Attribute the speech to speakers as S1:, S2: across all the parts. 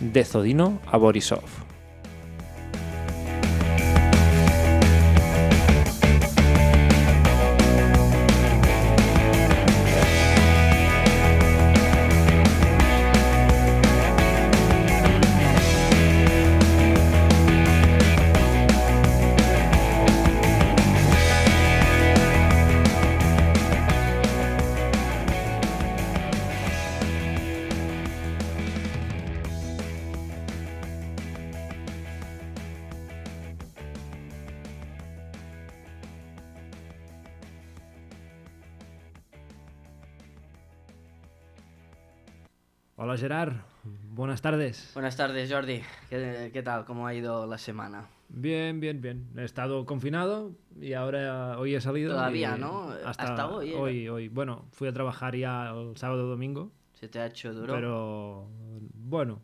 S1: de Zodino a Borisov.
S2: Hola Gerard, buenas tardes.
S3: Buenas tardes, Jordi. ¿Qué, qué tal? ¿Cómo ha ido la semana?
S2: Bien, bien, bien. He estado confinado y ahora hoy he salido.
S3: Todavía,
S2: y
S3: ¿no? Hasta hoy, ¿eh?
S2: Hoy, hoy. Bueno, fui a trabajar ya el sábado domingo,
S3: ¿Se te ha hecho duro?
S2: pero bueno,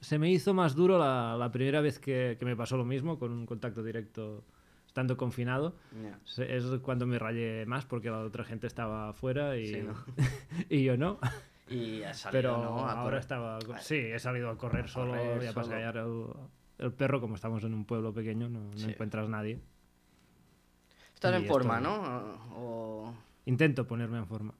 S2: se me hizo más duro la, la primera vez que, que me pasó lo mismo con un contacto directo estando confinado.
S3: Ya.
S2: Se- Es cuando me rayé más porque la otra gente estaba afuera y,
S3: Sí, ¿no?
S2: y yo no.
S3: Y ha salido,
S2: Pero
S3: ¿no? A
S2: ahora
S3: correr.
S2: estaba. Sí, he salido a correr solo
S3: correr
S2: y a
S3: solo.
S2: pasear el, el perro, como estamos en un pueblo pequeño, no, no
S3: Sí.
S2: encuentras nadie.
S3: Estás
S2: y
S3: en forma,
S2: esto-
S3: ¿no? O-
S2: Intento ponerme en forma.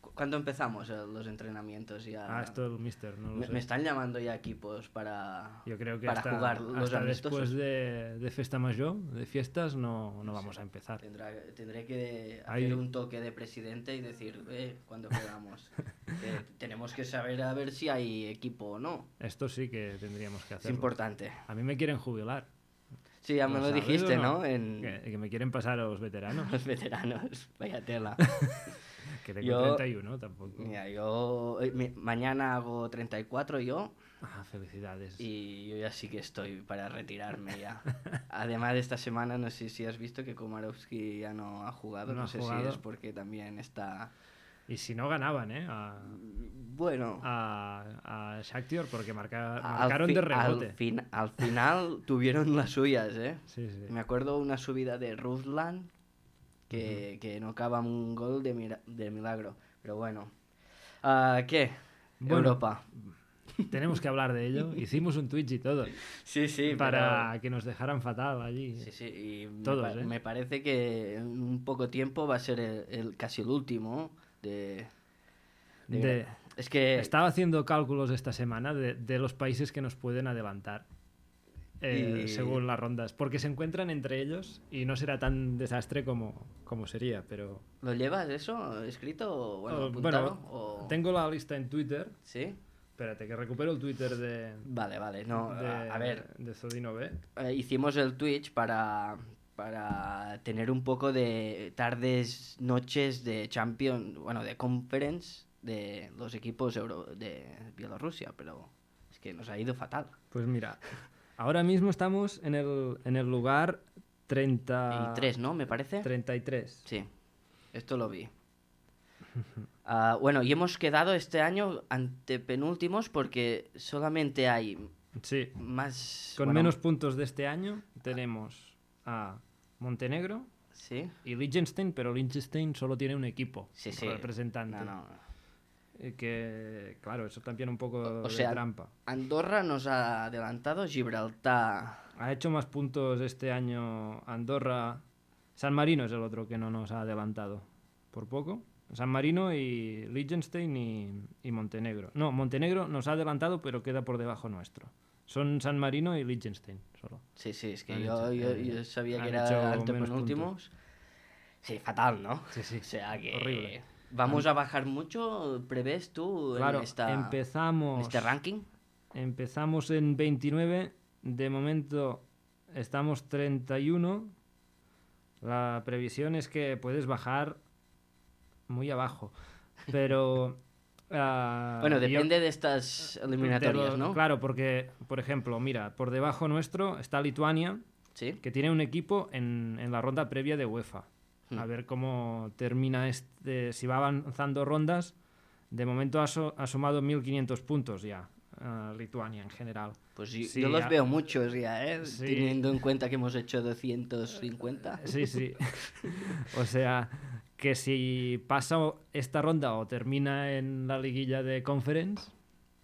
S3: ¿cu- ¿Cuándo empezamos eh, los entrenamientos? Ya...
S2: Ah, esto el mister, no lo
S3: me,
S2: sé.
S3: me están llamando ya equipos para,
S2: Yo creo que
S3: para
S2: hasta,
S3: jugar los
S2: hasta
S3: amistosos.
S2: después de, de Festa Mayor, de fiestas, no, no vamos a empezar.
S3: Tendrá- tendré que
S2: Ahí-
S3: hacer un toque de presidente y decir, eh, cuando quedamos. Eh, tenemos que saber a ver si hay equipo o no.
S2: Esto sí que tendríamos que
S3: Es
S2: hacer.
S3: importante.
S2: A mí me quieren jubilar.
S3: Sí, ya me lo
S2: sabes
S3: dijiste,
S2: o
S3: ¿no? En
S2: Que, que me quieren pasar a los veteranos.
S3: los veteranos. Vaya tela.
S2: Que tengo
S3: Yo-
S2: 31 tampoco.
S3: Mira, yo eh, mi- mañana hago 34 yo
S2: Ah, felicidades.
S3: y yo ya sí que estoy para retirarme ya. Además de esta semana, no sé si has visto que Komarovsky ya no ha jugado,
S2: No
S3: no,
S2: ha
S3: sé si
S2: jugado.
S3: es porque también está...
S2: Y si no ganaban, ¿eh? A-
S3: Bueno,
S2: a, a Shakhtar porque marca-
S3: al
S2: marcaron
S3: fi-
S2: de rebote.
S3: Al, fin- al final tuvieron las suyas, ¿eh?
S2: Sí, sí.
S3: Me acuerdo una subida de Ruslan que, que no cava un gol de, mira- de milagro. Pero bueno. Ah, ¿Qué?
S2: Bueno.
S3: Europa.
S2: Tenemos que hablar de ello. Hicimos un Twitch y todo
S3: Sí, sí.
S2: para que nos dejaran fatal allí.
S3: Sí, sí, y me
S2: Todos,
S3: pa- me,
S2: ¿eh?
S3: parece que en un poco tiempo va a ser el, el- casi el último de... de-
S2: De-
S3: Es que...
S2: Estaba haciendo cálculos esta semana de, de los países que nos pueden adelantar. eh,
S3: Y-
S2: Según las rondas, porque se encuentran entre ellos y no será tan desastre como, como sería, pero
S3: ¿Lo llevas eso escrito o bueno,
S2: Eh,
S3: apuntado?
S2: bueno,
S3: o-
S2: tengo la lista en Twitter.
S3: ¿Sí?
S2: Espérate, que recupero el Twitter de,
S3: Vale, vale. No,
S2: de-
S3: a, a ver,
S2: de Zodino B.
S3: eh, hicimos el Twitch para, para tener un poco de tardes, noches de Champions, bueno, de Conference de los equipos euro- de Bielorrusia, pero es que nos ha ido fatal.
S2: Pues mira, ahora mismo estamos en el, en el lugar 30...
S3: y tres, ¿no? Me parece.
S2: 33.
S3: Sí, esto lo vi. Ah, bueno, y hemos quedado este año antepenúltimos porque solamente hay
S2: Sí.
S3: más...
S2: Con
S3: bueno,
S2: menos puntos de este año tenemos a Montenegro
S3: Sí,
S2: y Liechtenstein, pero Liechtenstein solo tiene un equipo
S3: sí, sí.
S2: representante.
S3: No, no.
S2: Eh, Que, claro, eso también un poco
S3: O- o
S2: de
S3: sea-
S2: trampa.
S3: Andorra nos ha adelantado, Gibraltar
S2: Ha hecho más puntos este año Andorra. San Marino es el otro que no nos ha adelantado. Por poco. San Marino y Liechtenstein y, y Montenegro. No, Montenegro nos ha adelantado, pero queda por debajo nuestro. Son San Marino y Liechtenstein solo.
S3: Sí, sí, es que
S2: Han
S3: yo,
S2: hecho-
S3: yo-
S2: eh,
S3: yo sabía
S2: han
S3: que
S2: hecho
S3: era
S2: menos
S3: antepenúltimos. Sí, fatal, ¿no?
S2: Sí, sí.
S3: O sea que.
S2: Horrible.
S3: ¿Vamos a bajar mucho? ¿Prevés tú
S2: Claro,
S3: en, esta, en
S2: empezamos.
S3: este ranking?
S2: Empezamos en 29. De momento estamos 31. La previsión es que puedes bajar muy abajo. Pero. ah,
S3: bueno,
S2: yo-
S3: depende de estas eliminatorias,
S2: de lo-
S3: ¿no?
S2: Claro, porque, por ejemplo, mira, por debajo nuestro está Lituania,
S3: Sí.
S2: que tiene un equipo en, en la ronda previa de UEFA. A
S3: Hmm.
S2: ver cómo termina este, si va avanzando rondas. De momento ha, so- ha sumado 1.500 puntos ya, ah, Lituania en general.
S3: Pues yo,
S2: Sí,
S3: yo los
S2: a-
S3: veo muchos ya, ¿eh?
S2: Sí.
S3: Teniendo en cuenta que hemos hecho 250.
S2: Sí, sí. o sea, que si pasa o- esta ronda o termina en la liguilla de conference,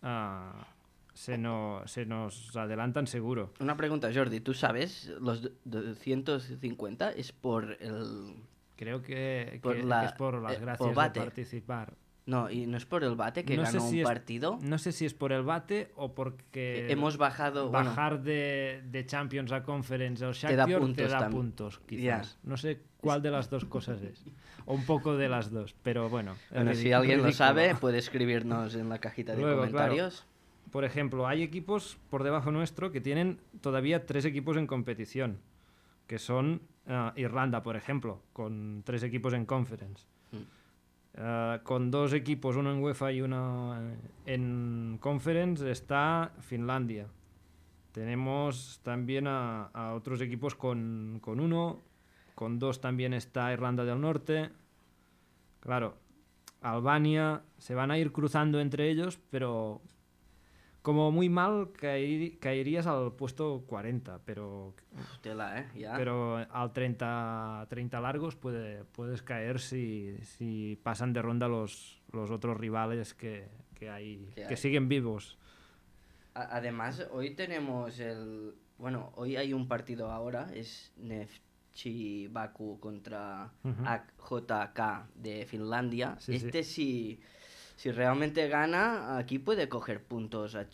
S2: ah, se, no- se nos adelantan seguro.
S3: Una pregunta, Jordi. ¿Tú sabes los do- 250 es por el...
S2: Creo que,
S3: Por
S2: que-
S3: la-
S2: que es por
S3: eh,
S2: las
S3: por
S2: gracias
S3: bate.
S2: de participar.
S3: No, y no es por el bate que
S2: No sé
S3: ganó
S2: si
S3: un
S2: es- Mm,
S3: partido. Eh,
S2: No sé si es por el bate o porque
S3: Hemos bajado... bueno,
S2: bajar de, de Champions a Conference al
S3: da
S2: Shakhtar te da puntos,
S3: puntos tam-
S2: quizás.
S3: Ya.
S2: No sé cuál de las dos cosas es. O un poco de las dos, pero bueno. es
S3: bueno, si
S2: ridic-
S3: alguien lo
S2: ridículo.
S3: sabe, puede escribirnos en la cajita de
S2: Luego, claro.
S3: comentarios.
S2: Por ejemplo, hay equipos por debajo nuestro que tienen todavía tres equipos en competición, que son eh, Irlanda, por ejemplo, con tres equipos en conference.
S3: Mm,
S2: Eh, con dos equipos, uno en UEFA y uno eh, en conference, está Finlandia. Tenemos también a, a otros equipos con, con uno, con dos también está Irlanda del Norte. Claro, Albania se van a ir cruzando entre ellos, pero como muy mal caer- caerías al puesto 40, pero,
S3: Uf, tela, ¿eh? Ya.
S2: pero al 30, 30 largos puede, puedes caer si, si pasan de ronda los, los otros rivales que, que hay,
S3: Que
S2: que,
S3: hay.
S2: siguen vivos.
S3: A- Además, hoy tenemos el... Bueno, hoy hay un partido ahora, es Nefchi Baku contra
S2: Ujú.
S3: JK de Finlandia.
S2: Sí, sí.
S3: este si, si realmente gana, aquí puede coger puntos HJK,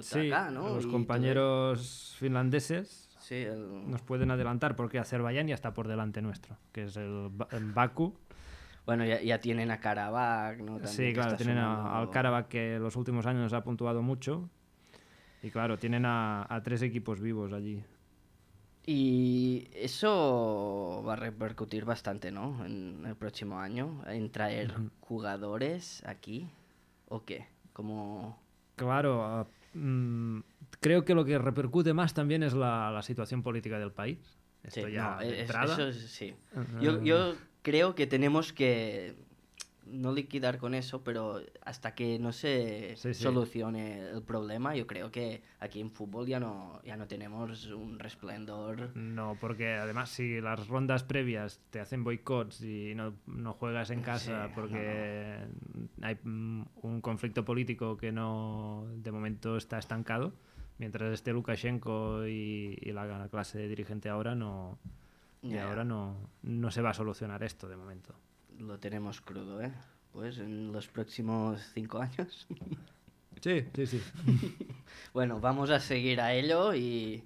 S2: Sí,
S3: Pues ¿no? Y
S2: los
S3: todo-
S2: compañeros finlandeses
S3: Sí, el-
S2: nos pueden adelantar porque Azerbaiyán ya está por delante nuestro, que es el, Ba- el Bakú.
S3: Bueno, ya, ya tienen a Karabakh, ¿no? También
S2: Sí,
S3: que
S2: claro,
S3: está
S2: tienen a-
S3: sumando-
S2: al Karabakh que los últimos años ha puntuado mucho. Y claro, tienen a, a tres equipos vivos allí.
S3: Y eso va a repercutir bastante, ¿no? En el próximo año, en traer jugadores aquí, ¿o qué? Como...
S2: Claro, ah, mm, creo que lo que repercute más también es la, la situación política del país. Esto
S3: Sí,
S2: ya
S3: no,
S2: de
S3: es-
S2: entrada.
S3: eso es- sí. Yo,
S2: Ah.
S3: yo creo que tenemos que no liquidar con eso, pero hasta que no se
S2: Sí, sí.
S3: solucione el problema, yo creo que aquí en fútbol ya no, ya no tenemos un resplendor.
S2: No, porque además si las rondas previas te hacen boicots y no, no juegas en casa
S3: Sí,
S2: porque hay mm, un conflicto político que no de momento está estancado, mientras esté Lukashenko y, y la clase dirigente ahora no de
S3: Ya, ya.
S2: ahora no, no se va a solucionar esto de momento.
S3: Lo tenemos crudo, ¿eh? Pues en los próximos cinco años.
S2: Sí, sí, sí.
S3: Bueno, vamos a seguir a ello y,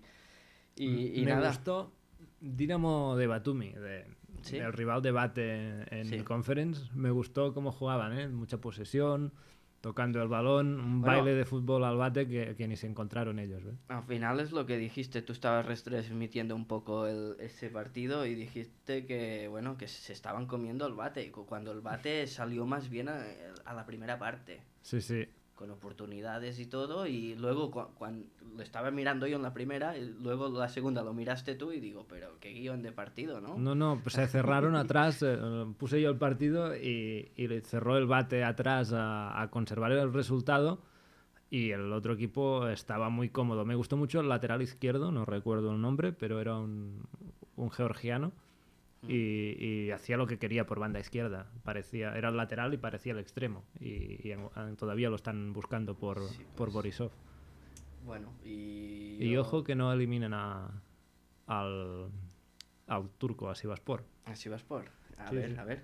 S3: y, y
S2: Mm, Me
S3: nada.
S2: gustó Dinamo de Batumi, de,
S3: Sí.
S2: del rival de Bate en
S3: Sí.
S2: Conference. Me gustó cómo jugaban, ¿eh? mucha posesión, tocando el balón, un
S3: Bueno.
S2: baile de fútbol al bate que, que ni se encontraron ellos. ¿eh?
S3: Al final es lo que dijiste, tú estabas retransmitiendo un poco el, ese partido y dijiste que, bueno, que se estaban comiendo el bate, cu- cuando el bate salió más bien a, a la primera parte,
S2: Sí, sí.
S3: con oportunidades y todo, y luego cuando lo estaba mirando yo en la primera, y luego la segunda lo miraste tú y digo, pero qué guión de partido, ¿no?
S2: No, no, pues se cerraron atrás, eh, puse yo el partido y, y le cerró el bate atrás a, a conservar el resultado y el otro equipo estaba muy cómodo. Me gustó mucho el lateral izquierdo, no recuerdo el nombre, pero era un, un georgiano y, y hacía lo que quería por banda izquierda. Parecía, era el lateral y parecía el extremo y, y en- todavía lo están buscando por, por Borisov.
S3: Bueno, y...
S2: Y ojo que no eliminan a, al, al turco, a Sivaspor.
S3: Así vas por. A
S2: Sí,
S3: ver,
S2: sí.
S3: a ver.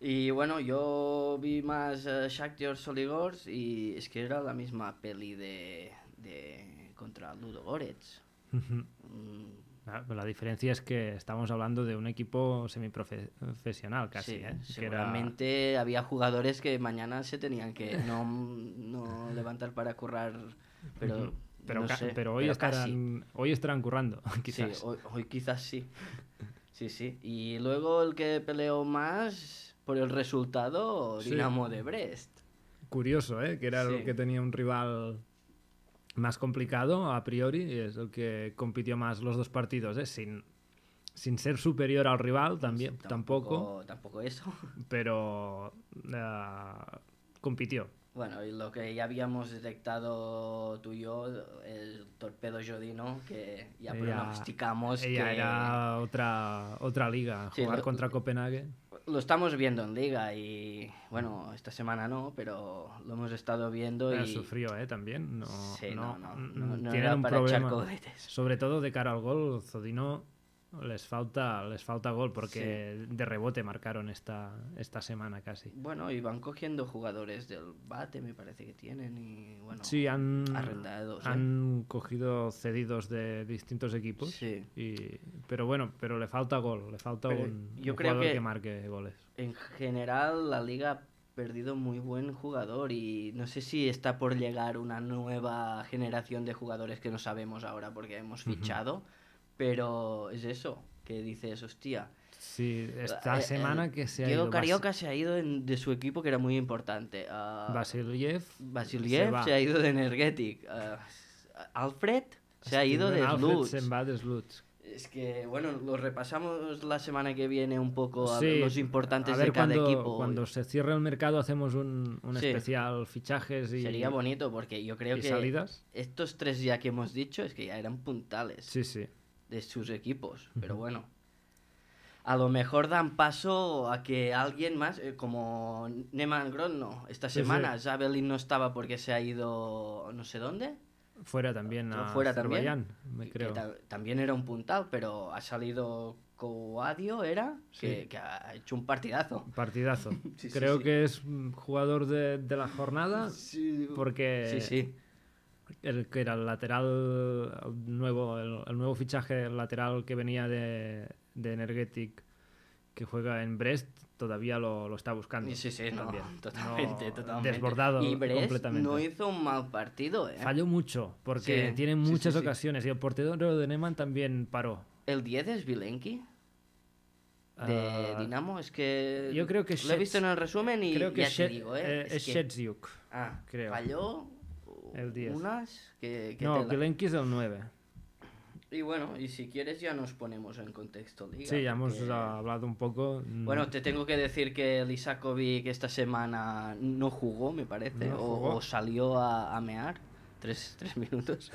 S3: Y bueno, yo vi más eh, Shakhtar Soligors y es que era la misma peli de, de contra Ludo Goretz. Mm,
S2: Ah, pero La diferencia es que estamos hablando de un equipo semiprofesional casi,
S3: sí,
S2: ¿eh? Que era-
S3: seguramente había jugadores que mañana se tenían que no, no levantar para currar, pero
S2: pero,
S3: no
S2: ca-
S3: sé,
S2: pero hoy,
S3: casi.
S2: estarán, hoy estarán currando, quizás.
S3: Sí, hoy, hoy quizás sí. Sí, sí. Y luego el que peleó más por el resultado,
S2: Sí.
S3: Dinamo de Brest.
S2: Curioso, ¿eh? Que era
S3: Sí.
S2: el que tenía un rival más complicado a priori y es el que compitió más los dos partidos, ¿eh? Sin, sin ser superior al rival también, tampoco,
S3: Tampoco, tampoco eso.
S2: pero ah, compitió.
S3: Bueno, y lo que ya habíamos detectado tú y yo, el torpedo Jodino, que ya
S2: Ella-
S3: pronosticamos
S2: Ella
S3: que
S2: era otra, otra liga,
S3: Sí,
S2: jugar
S3: lo-
S2: contra Copenhague.
S3: lo estamos viendo en liga y bueno, esta semana no, pero lo hemos estado viendo
S2: Pero
S3: y
S2: sufrió, ¿eh? También. No,
S3: Sí,
S2: no,
S3: no, no,
S2: mm,
S3: no, no
S2: tienen
S3: era
S2: un
S3: para echar
S2: problema.
S3: cohetes.
S2: Sobre todo de cara al gol, Zodino les falta, les falta gol porque de rebote marcaron esta, esta semana casi.
S3: bueno, y van cogiendo jugadores del bate, me parece que tienen y bueno,
S2: Sí, han,
S3: arrendados. ¿eh?
S2: han cogido cedidos de distintos equipos.
S3: Sí.
S2: y- pero bueno, pero le falta gol, le falta
S3: Pero
S2: un,
S3: yo
S2: un
S3: creo
S2: jugador
S3: que-
S2: que... marque goles.
S3: En general la liga ha perdido muy buen jugador y no sé si está por llegar una nueva generación de jugadores que no sabemos ahora porque hemos fichado, pero es eso, que dices, hostia,
S2: Sí, esta
S3: Eh, el
S2: semana que se ha
S3: Diego
S2: ido Bas-
S3: Carioca se ha ido en- de su equipo que era muy importante. Ah,
S2: Vasiliev,
S3: Vasiliev se,
S2: va.
S3: ha ido de Energetic. Ah, Alfred se ha ido de
S2: Steven Alfred
S3: Sluts.
S2: se va de Sluts.
S3: Es que, bueno, lo repasamos la semana que viene un poco a
S2: Sí,
S3: los importantes
S2: a ver
S3: de cada
S2: cuando,
S3: equipo.
S2: Cuando se cierre el mercado hacemos un, un
S3: Sí.
S2: especial fichajes y,
S3: Sería bonito porque yo creo
S2: y
S3: que
S2: salidas.
S3: estos tres ya que hemos dicho es que ya eran puntales
S2: Sí, sí.
S3: de sus equipos, pero bueno. A lo mejor dan paso a que alguien más, eh, como Neman Grodno, esta
S2: Sí,
S3: semana Javelin no estaba porque se ha ido no sé dónde,
S2: Fuera también a
S3: Fuera también.
S2: Azerbaiyán, me
S3: que
S2: creo.
S3: ta- también era un puntal, pero ha salido Coadio, era, que,
S2: Sí.
S3: que ha hecho un partidazo.
S2: Partidazo.
S3: Sí, sí,
S2: creo
S3: sí.
S2: que es mm, jugador de, de la jornada
S3: Sí,
S2: porque
S3: sí, sí.
S2: el que era el lateral el nuevo, el, el nuevo fichaje el lateral que venía de, de Energetic que juega en Brest todavía lo, lo está buscando.
S3: Sí, sí, no,
S2: también.
S3: totalmente,
S2: No,
S3: totalmente.
S2: Desbordado
S3: y Brest
S2: completamente.
S3: no hizo un mal partido, ¿eh?
S2: Falló mucho, porque
S3: Sí,
S2: tiene
S3: sí, sí,
S2: muchas
S3: sí.
S2: ocasiones. Y el portero de Neman también paró.
S3: El 10 es Vilenki. de
S2: Ah,
S3: Dinamo es que
S2: yo creo que
S3: lo he
S2: Shets-
S3: visto en el resumen y
S2: Creo que
S3: ya te
S2: She-
S3: digo eh,
S2: eh,
S3: Es
S2: es
S3: que-
S2: Shetsiuk.
S3: ah,
S2: creo.
S3: falló
S2: El 10.
S3: unas que, que
S2: No,
S3: tela.
S2: Bilenki es el 9.
S3: y bueno y si quieres ya nos ponemos en contexto liga
S2: Sí, ya hemos
S3: porque-
S2: hablado un poco. mm,
S3: bueno te tengo que decir que Lisakovic esta semana no jugó me parece
S2: No
S3: o-
S2: jugó.
S3: o, salió a, a mear tres, tres minutos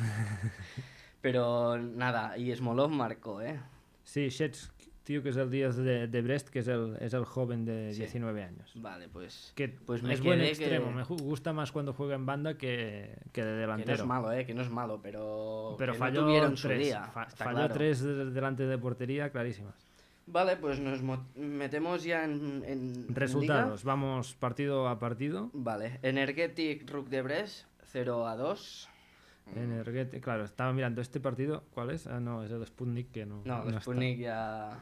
S3: pero nada y Smolov marcó eh
S2: Sí, Shets, tío, que es el 10 de, de Brest, que es el, es el joven de
S3: Sí.
S2: 19 años.
S3: vale pues
S2: Que
S3: Pues me
S2: es buen
S3: quedé
S2: extremo.
S3: que-
S2: Me ju- gusta más cuando juega en banda que, que de
S3: que no es
S2: delantero.
S3: malo, eh, que no es malo, pero,
S2: Pero
S3: que no
S2: falló
S3: tuvieron su
S2: tres.
S3: día.
S2: fa-
S3: está
S2: falló
S3: claro.
S2: tres de- delante de portería, clarísimas.
S3: Vale, pues nos mo- metemos ya en, en- en
S2: Resultados,
S3: liga.
S2: vamos partido a partido.
S3: Vale, Energetic Rook de Bres, 0 a 2. Mm.
S2: Energeti- claro, estaba mirando este partido, ¿cuál es? Ah, no, es el Sputnik que no.
S3: No,
S2: está.
S3: los Sputnik ya.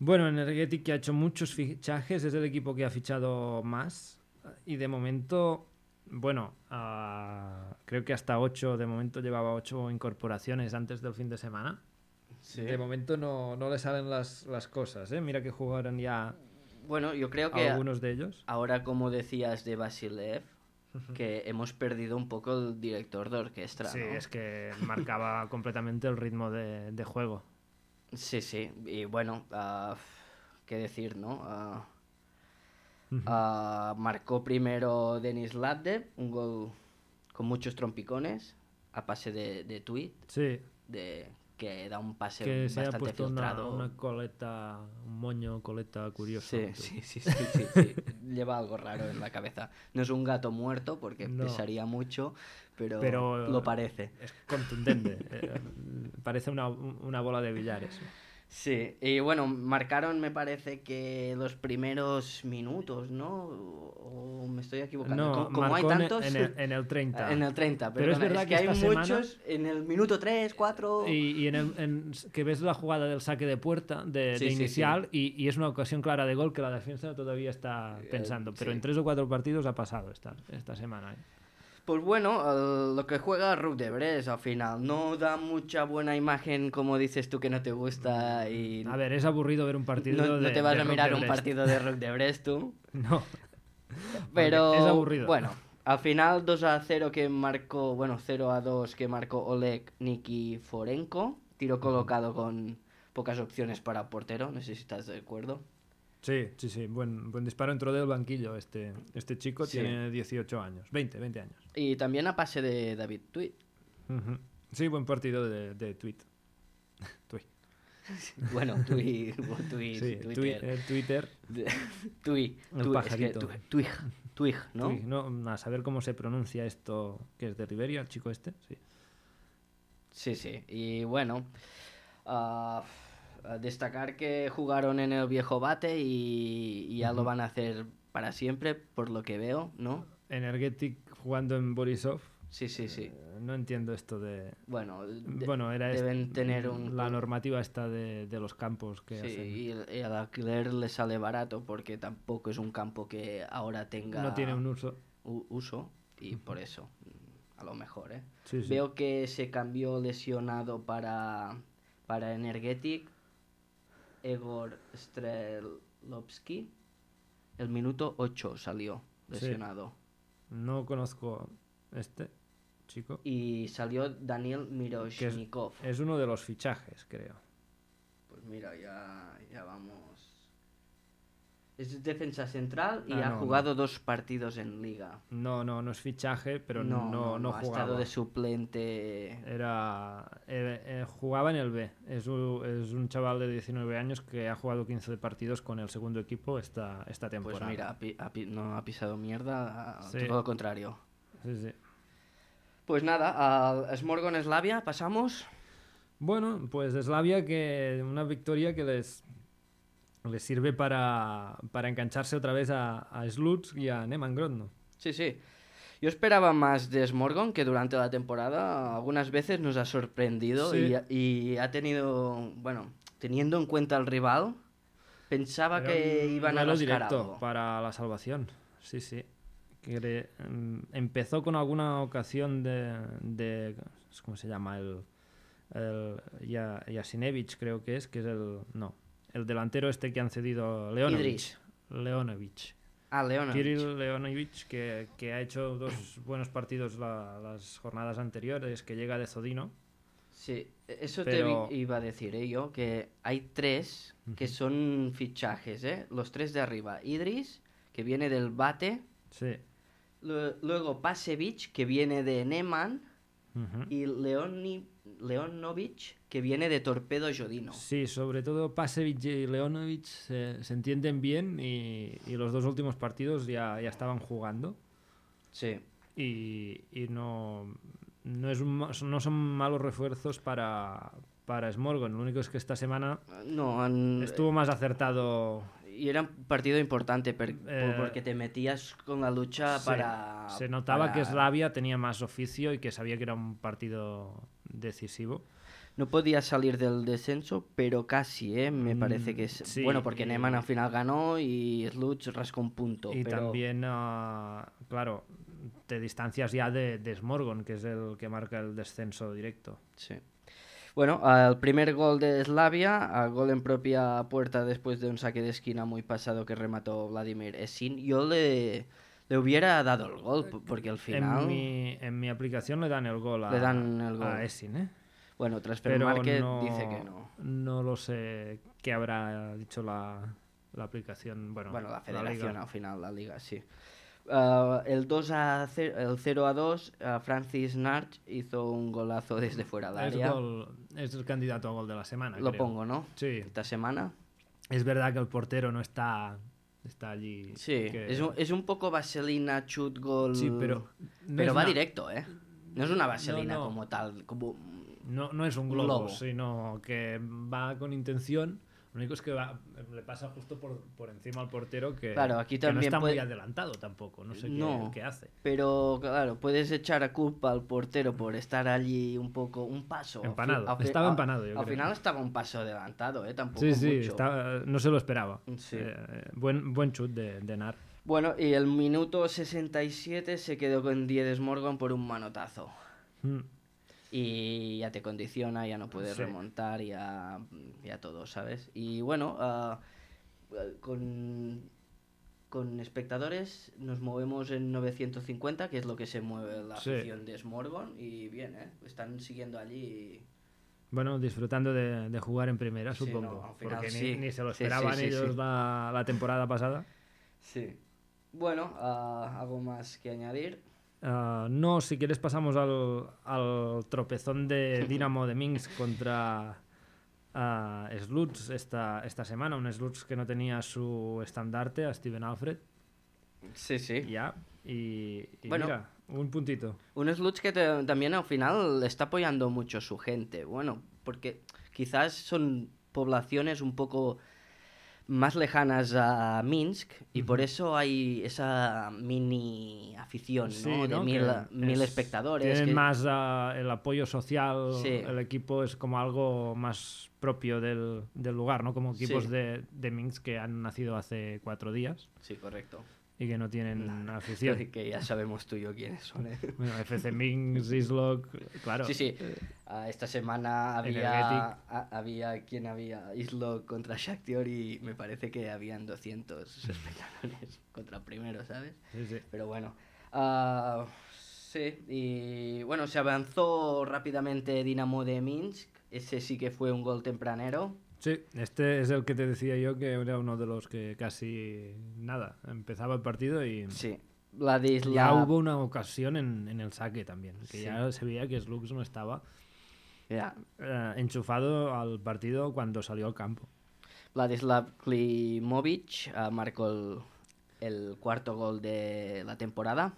S2: Bueno, Energetic que ha hecho muchos fichajes, es el equipo que ha fichado más y de momento, bueno, ah, creo que hasta 8, de momento llevaba 8 incorporaciones antes del fin de semana.
S3: Sí.
S2: De momento no, no le salen las, las cosas, ¿eh? Mira que jugaron ya
S3: Bueno, yo creo que
S2: algunos de ellos.
S3: ahora, como decías de Basilev, que hemos perdido un poco el director de orquesta.
S2: Sí,
S3: ¿no?
S2: es que marcaba completamente el ritmo de, de juego.
S3: Sí, sí, y bueno, ah, qué decir, ¿no? Ah, ah, marcó primero Denis Labde, un gol con muchos trompicones, a pase de, de tweet,
S2: Sí,
S3: de, que da un pase
S2: que se ha
S3: bastante
S2: puesto una,
S3: filtrado.
S2: una coleta, un moño coleta curioso.
S3: Sí,
S2: tú.
S3: sí, sí, sí, sí, sí. Lleva algo raro en la cabeza. No es un gato muerto porque
S2: No.
S3: pesaría mucho, pero,
S2: Pero-
S3: lo parece.
S2: Es contundente. eh, parece una, una bola de billares.
S3: Sí, y bueno, marcaron me parece que los primeros minutos, ¿no? O o me estoy equivocando.
S2: No,
S3: como, como hay
S2: marcó en el-
S3: tantos...
S2: en el, en el 30.
S3: En el 30,
S2: Pero es
S3: perdona,
S2: verdad
S3: que,
S2: que
S3: hay
S2: esta semana-
S3: muchos en el minuto 3, 4...
S2: y, y en el- en- que ves la jugada del saque de puerta, de,
S3: Sí,
S2: de
S3: sí,
S2: inicial, Y, y es una ocasión clara de gol que la defensa todavía está
S3: Eh,
S2: pensando. Pero
S3: sí.
S2: en tres o cuatro partidos ha pasado esta, esta semana. ¿eh?
S3: Pues bueno, el- lo que juega Ruth de Bres al final no da mucha buena imagen, como dices tú, que no te gusta y...
S2: A ver, es aburrido ver un partido.
S3: no, no
S2: de-
S3: te vas
S2: de
S3: a
S2: Rock
S3: mirar
S2: de
S3: un
S2: Brest.
S3: partido de Rock de Brest tú.
S2: No.
S3: Pero
S2: Es aburrido.
S3: Bueno, al final 2 a 0 que marcó, bueno, 0 a 2 que marcó Oleg Nikiforenko, tiro colocado con pocas opciones para portero, no sé si estás de acuerdo.
S2: Sí, sí, sí. Buen, buen disparo. Entró del banquillo este, este chico.
S3: Sí.
S2: Tiene 18 años. 20, 20 años.
S3: Y también a pase de David Tweet.
S2: Ujú. Sí, buen partido de, de tweet. Tweet.
S3: Bueno, tú y, tú y
S2: Sí, twi-
S3: Twitter.
S2: eh, Twitter.
S3: Tú y,
S2: El
S3: tú, es que
S2: pajarito.
S3: tú- Twig, Twig, ¿no?
S2: Twig, no, a saber cómo se pronuncia esto, que es de Liberia, el chico este. Sí.
S3: Sí, sí. Y bueno, ah, a destacar que jugaron en el viejo bate y, y ya lo van a hacer para siempre, por lo que veo, ¿no?
S2: Energetic jugando en Borisov.
S3: Sí, sí, sí.
S2: Eh, No entiendo esto de.
S3: Bueno, de-
S2: bueno, era est-
S3: deben tener un...
S2: la normativa esta de, de los campos que
S3: Sí,
S2: hacen.
S3: y el, y el alquiler le sale barato porque tampoco es un campo que ahora tenga
S2: No tiene un uso.
S3: u- uso y por eso, mm, a lo mejor, ¿eh?
S2: Sí, sí.
S3: Veo que se cambió lesionado para, para Energetic Egor Strelovsky. El minuto 8 salió
S2: Sí.
S3: lesionado.
S2: No conozco este chico.
S3: Y salió Daniel Miroshnikov.
S2: Es uno de los fichajes, creo.
S3: Pues mira, ya, ya vamos. Es defensa central y
S2: Ah,
S3: ha
S2: no,
S3: jugado dos partidos en liga.
S2: No, no, no es fichaje, pero no, no,
S3: ha
S2: jugaba.
S3: estado de suplente
S2: Era, eh, eh, jugaba en el B. Es un, es un chaval de 19 años que ha jugado 15 partidos con el segundo equipo esta, esta
S3: Pues
S2: temporada.
S3: mira, ha pi- ha pi- no ha pisado mierda, a-
S2: Sí.
S3: todo lo contrario.
S2: Sí, sí.
S3: Pues nada, al Smorgon Slavia pasamos.
S2: Bueno, pues Slavia que una victoria que les, les sirve para, para engancharse otra vez a, a Slutsk y a Neman Grodno.
S3: Sí, sí. Yo esperaba más de Smorgon, que durante la temporada algunas veces nos ha sorprendido
S2: Sí.
S3: y, y ha tenido, bueno, teniendo en cuenta al rival, pensaba
S2: Era
S3: que
S2: un
S3: iban a
S2: duelo
S3: rascar
S2: directo
S3: algo.
S2: para la salvación. Sí, sí. Que le- em, empezó con alguna ocasión de, de- ¿cómo se llama? El, el Ya- Yasinevich creo que es, que es el no, el delantero este que han cedido Leonovich.
S3: Idris.
S2: Leonovich.
S3: Ah, Leona.
S2: Kirill Leonovich que, que ha hecho dos buenos partidos la- las jornadas anteriores, que llega de Zodino.
S3: Sí, eso
S2: Pero-
S3: te vi- iba a decir eh, yo, que hay tres que son fichajes, ¿eh? Los tres de arriba. Idris, que viene del Bate,
S2: Sí.
S3: lue- luego Pasevich, que viene de Neman,
S2: Ujú.
S3: y Leoni, Leonovich, que viene de Torpedo Jodino.
S2: Sí, sobre todo Pasevich y Leonovic se, se entienden bien y, y los dos últimos partidos ya, ya estaban jugando
S3: Sí.
S2: y, y no, no, es un ma- no son malos refuerzos para, para Smorgon. Lo único es que esta semana
S3: No, han-
S2: estuvo más acertado.
S3: y era un partido importante per-
S2: Eh,
S3: porque te metías con la lucha
S2: Se-
S3: para...
S2: se, notaba
S3: para-
S2: que Slavia tenía más oficio y que sabía que era un partido decisivo.
S3: No podía salir del descenso, pero casi, ¿eh? Me parece que es...
S2: Mm, sí,
S3: bueno, porque
S2: y-
S3: Neman al final ganó y Sluch rascó un punto.
S2: Y
S3: pero-
S2: también, ah, claro, te distancias ya de, de Smorgon, que es el que marca el descenso directo.
S3: Sí. Bueno, al primer gol de Slavia, a gol en propia puerta después de un saque de esquina muy pasado que remató Vladimir Esin, yo le, le hubiera dado el gol, p- porque al final...
S2: En mi, en mi aplicación le dan el gol a,
S3: Le dan el gol.
S2: a Essin, ¿eh?
S3: Bueno, Transfer
S2: Pero
S3: Market
S2: no,
S3: dice que no.
S2: no lo sé qué habrá dicho la, la aplicación. Bueno,
S3: Bueno, la
S2: liga.
S3: federación al final, la liga, sí. Ah, el 2 a 0, el 0 a 2, ah, Francis Narch hizo un golazo desde fuera del
S2: Mm, es,
S3: área.
S2: gol- es el candidato a gol de la semana.
S3: Lo
S2: creo.
S3: pongo, ¿no?
S2: Sí,
S3: Esta semana.
S2: es verdad que el portero no está, está allí.
S3: Sí,
S2: que-
S3: es, un, es un poco vaselina, chut, gol.
S2: Sí, pero. no
S3: pero
S2: es
S3: va
S2: una-
S3: directo, ¿eh? No es una vaselina
S2: no.
S3: como tal, como...
S2: No, no es un
S3: Un
S2: globo,
S3: globo.
S2: sino que va con intención. Lo único es que va- le pasa justo por, por encima al portero que,
S3: Claro, aquí
S2: que no
S3: también
S2: está muy
S3: puede-
S2: adelantado tampoco. No sé qué-
S3: No.
S2: qué hace.
S3: Pero claro, puedes echar a culpa al portero por estar allí un poco, un paso.
S2: Empanado,
S3: Al fi-
S2: estaba
S3: al-
S2: empanado, yo
S3: Al
S2: creo.
S3: final estaba un paso adelantado, ¿eh? Tampoco
S2: Sí, sí,
S3: mucho.
S2: está- no se lo esperaba.
S3: Sí.
S2: Eh, buen, buen chut de, de Nar.
S3: Bueno, y el minuto 67 se quedó con 10 Morgan por un manotazo.
S2: Mm.
S3: Y ya te condiciona, ya no puedes
S2: Sí.
S3: remontar, ya, ya todo, ¿sabes? Y bueno, ah, con, con espectadores nos movemos en 950, que es lo que se mueve la
S2: Sí.
S3: afición de Smorgon, y bien, ¿eh? Están siguiendo allí.
S2: Bueno, disfrutando de, de jugar en primera,
S3: Sí,
S2: supongo.
S3: no, al final
S2: porque ni-
S3: sí.
S2: ni, se lo
S3: Sí, sí,
S2: esperaban
S3: sí,
S2: ellos
S3: sí.
S2: La, la temporada pasada.
S3: Sí. Bueno, ah, algo más que añadir.
S2: Ah, no, si quieres pasamos al, al tropezón de Dinamo de Minsk contra a Sluts esta, esta semana, un Sluts que no tenía su estandarte a Steven Alfred.
S3: Sí, sí.
S2: Ya. Y, y
S3: Bueno.
S2: mira, un puntito.
S3: Un Sluts que te- también al final está apoyando mucho su gente. Bueno, porque quizás son poblaciones un poco más lejanas a Minsk y por eso hay esa mini afición
S2: Sí,
S3: ¿no? de
S2: ¿no?
S3: mil,
S2: Que
S3: mil
S2: es-
S3: espectadores.
S2: Tienen
S3: que-
S2: más ah, el apoyo social,
S3: Sí.
S2: el equipo es como algo más propio del, del lugar, ¿no? Como equipos
S3: Sí.
S2: de, de Minsk que han nacido hace cuatro días
S3: Sí, correcto.
S2: y que no tienen afición.
S3: Que ya sabemos tú y yo quiénes son. ¿eh?
S2: Bueno, FC Minsk, Islok, claro.
S3: Sí, sí. Ah, esta semana había,
S2: Energetic.
S3: a- había quien había Islo contra Shakhtar y me parece que habían 200 espectadores contra el primero, ¿sabes?
S2: Sí, sí.
S3: Pero bueno. ah, sí, y bueno, se avanzó rápidamente Dinamo de Minsk. Ese sí que fue un gol tempranero.
S2: Sí, este es el que te decía yo que era uno de los que casi nada, empezaba el partido y
S3: Sí. La de Isla...
S2: ya hubo una ocasión en, en el saque también, que
S3: Sí.
S2: ya se veía que Slux no estaba
S3: Ya,
S2: eh, enchufado al partido cuando salió al campo.
S3: Vladislav Klimovic ah, marcó el, el cuarto gol de la temporada.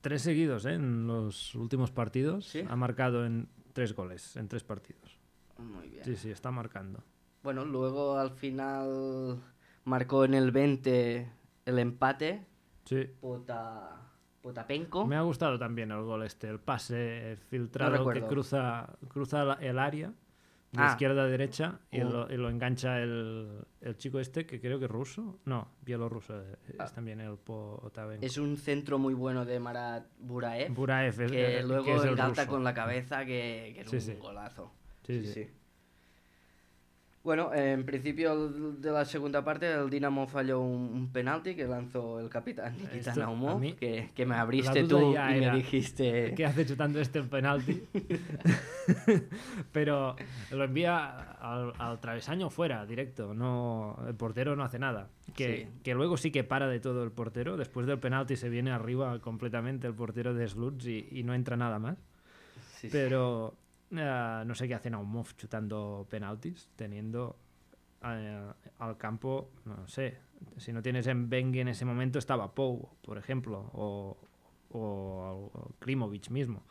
S2: Tres seguidos ¿eh? en los últimos partidos,
S3: Sí.
S2: ha marcado en tres goles, en tres partidos.
S3: Muy bien.
S2: Sí, sí, está marcando.
S3: Bueno, luego al final marcó en el 20 el empate.
S2: Sí.
S3: Pota... Potapenko.
S2: Me ha gustado también el gol este, el pase filtrado que
S3: recuerdo.
S2: cruza, cruza la- el área de
S3: Ah.
S2: izquierda a derecha y,
S3: Oh.
S2: lo, y lo engancha el, el chico este, que creo que es ruso. No, bielorruso, eh, es también el Potavenko.
S3: Ah. Es un centro muy bueno de Marat Buraev.
S2: Buraev, es,
S3: que
S2: eh,
S3: luego
S2: que es el
S3: engalta
S2: ruso.
S3: con la cabeza, que, que es
S2: Sí,
S3: un
S2: sí.
S3: golazo.
S2: Sí, sí.
S3: Bueno, en principio el- de la segunda parte el Dinamo falló un, un penalti que lanzó el capitán Nikita
S2: Esto, a
S3: Naumov,
S2: mí-
S3: que, que me abriste
S2: la duda
S3: tú y
S2: ya
S3: me
S2: era,
S3: dijiste...
S2: ¿Qué has hecho tanto este el penalti? Pero lo envía al, al travesaño fuera, directo. No, el portero no hace nada. Que,
S3: Sí.
S2: que luego sí que para de todo el portero. Después del penalti se viene arriba completamente el portero de Sluts y, y no entra nada más.
S3: Sí, sí.
S2: Pero eh, no sé qué hace Naumov chutando penaltis, teniendo eh, al campo, no sé, si no tienes en Bengue en ese momento estaba Pou, por ejemplo, o, o, o Klimovic mismo.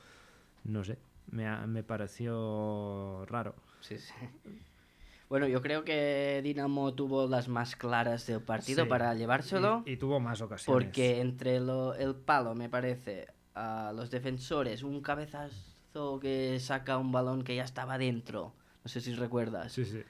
S2: No sé, me, ha- me pareció raro.
S3: Sí, sí. Bueno, yo creo que Dinamo tuvo las más claras del partido
S2: Sí.
S3: para llevárselo,
S2: Y, y tuvo más ocasiones.
S3: porque entre lo- el palo, me parece, a los defensores, un cabezazo que saca un balón que ya estaba dentro, no sé si recuerdas,
S2: Sí, sí.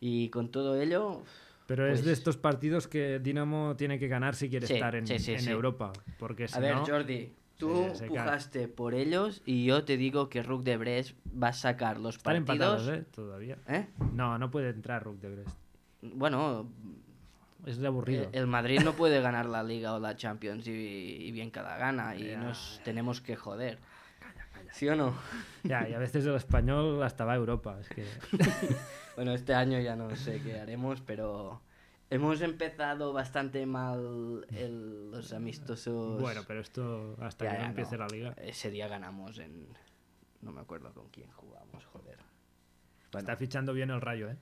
S3: y con todo ello,
S2: Pero es de
S3: Pues-
S2: estos partidos que Dinamo tiene que ganar si quiere
S3: Sí,
S2: estar en,
S3: sí, sí,
S2: en
S3: sí.
S2: Europa. Porque si
S3: a ver,
S2: no,
S3: Jordi, tú
S2: se cae.
S3: pujaste por ellos y yo te digo que Rook de Brest va a sacar los
S2: están
S3: partidos...
S2: empatados, ¿eh? Todavía.
S3: ¿eh?
S2: No, no puede entrar Rook de Brest.
S3: Bueno, eh,
S2: Es de aburrido.
S3: El, el Madrid no puede ganar la Liga o la Champions y, y bien cada gana y
S2: Ya,
S3: nos tenemos que joder. ¿Sí o no?
S2: Ya, y a veces el español hasta va a Europa. Es que...
S3: Bueno, este año ya no sé qué haremos, pero hemos empezado bastante mal el- los amistosos.
S2: Bueno, pero esto hasta
S3: Pues Ya,
S2: que no
S3: ya,
S2: empiece la
S3: no.
S2: liga.
S3: Ese día ganamos en... No me acuerdo con quién jugamos, joder. Bueno,
S2: Está fichando bien el rayo, ¿eh?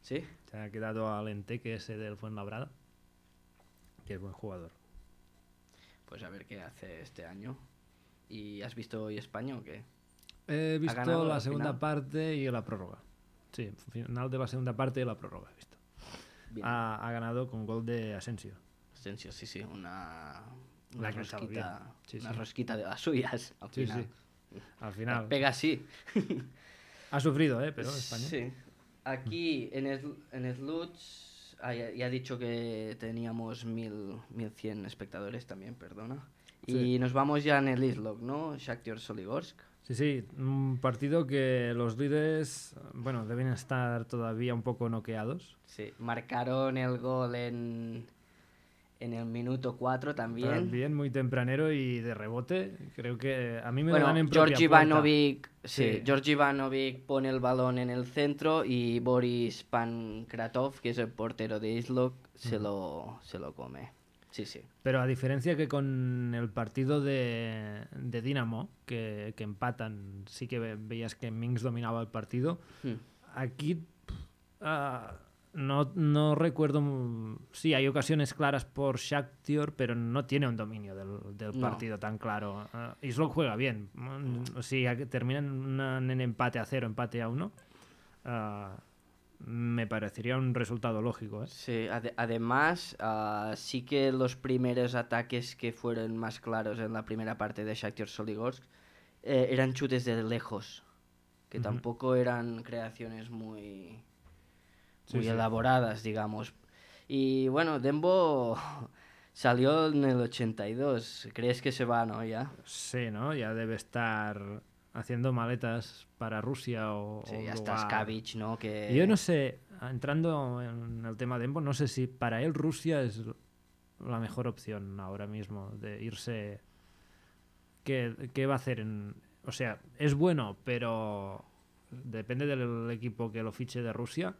S3: ¿Sí?
S2: Se ha quedado al enteque ese del Fuenlabrada, que es buen jugador.
S3: Pues a ver qué hace este año. ¿Y has visto hoy España o qué?
S2: He
S3: visto ganado
S2: visto
S3: la
S2: la
S3: al segunda
S2: segunda
S3: final?
S2: parte y la prórroga. Sí, final de la segunda parte y la prórroga, he visto.
S3: Bien.
S2: Ha, ganado con gol de Asensio.
S3: Asensio, sí, sí, una,
S2: La
S3: una
S2: que estaba
S3: rosquita,
S2: bien. Sí,
S3: una
S2: sí.
S3: rosquita de las suyas. Al
S2: Sí,
S3: final.
S2: sí. Al final.
S3: Pega así.
S2: Ha sufrido, ¿eh? Pero España.
S3: Sí. Aquí en, el en Sluts, ah, ya, ya he dicho que teníamos mil, 1100 espectadores también, perdona. Y
S2: Sí.
S3: nos vamos ya en el Islog, ¿no? Shakhtar Soligorsk.
S2: Sí, sí, un partido que los líderes, bueno, deben estar todavía un poco noqueados.
S3: Sí. Marcaron el gol en, en el minuto 4 también.
S2: También muy tempranero y de rebote. Creo que a mí me lo
S3: Bueno,
S2: dan en propia
S3: Georgi
S2: puerta.
S3: Ivanovic, sí,
S2: Sí.
S3: Georgi Ivanovic pone el balón en el centro y Boris Pankratov, que es el portero de Islok, se lo se lo come. Sí, sí.
S2: Pero a diferencia que con el partido de, de Dinamo, que, que empatan, sí que ve- veías que Minx dominaba el partido,
S3: Hmm.
S2: aquí pff, Ah, no, no recuerdo. mu- Sí, hay ocasiones claras por Shakhtar, pero no tiene un dominio del, del
S3: No.
S2: partido tan claro. Ah, Islok juega bien. Mm, Si a- terminan una- en empate a cero, empate a uno, ah, me parecería un resultado lógico. ¿eh?
S3: Sí, ade- además, ah, sí que los primeros ataques que fueron más claros en la primera parte de Shakhtar Soligorsk eh, eran chutes de lejos, que tampoco eran creaciones muy,
S2: Sí,
S3: muy
S2: sí.
S3: elaboradas, digamos. Y bueno, Dembo salió en el 82. ¿Crees que se va, no? Ya.
S2: Sí, ¿no? Ya debe estar haciendo maletas para Rusia o. o
S3: Sí,
S2: un
S3: hasta
S2: lugar-
S3: Skavic, ¿no? Que...
S2: Oh, Yo no sé, entrando en el tema de Dembo, no sé si para él Rusia es la mejor opción ahora mismo de irse. ¿Qué, qué va a hacer? En, o sea, es bueno, pero depende del equipo que lo fiche de Rusia.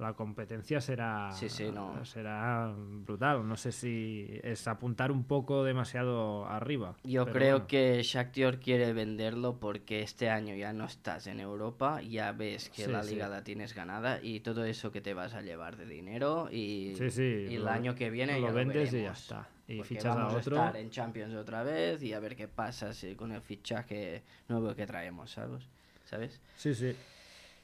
S2: La competencia será,
S3: Sí, sí, no.
S2: será brutal. No sé si es apuntar un poco demasiado arriba.
S3: Yo
S2: pero
S3: creo
S2: bueno.
S3: que Shakhtar quiere venderlo porque este año ya no estás en Europa, ya ves que
S2: Sí,
S3: la
S2: sí.
S3: liga la tienes ganada y todo eso que te vas a llevar de dinero y,
S2: Sí, sí,
S3: y el
S2: lo-
S3: año que viene
S2: lo
S3: ya
S2: vendes y ya
S3: veremos.
S2: está. Y
S3: Porque
S2: fichas a
S3: vamos
S2: otro.
S3: estar en Champions otra vez y a ver qué pasa si- con el fichaje nuevo que traemos, ¿sabes? ¿Sabes?
S2: Sí, sí.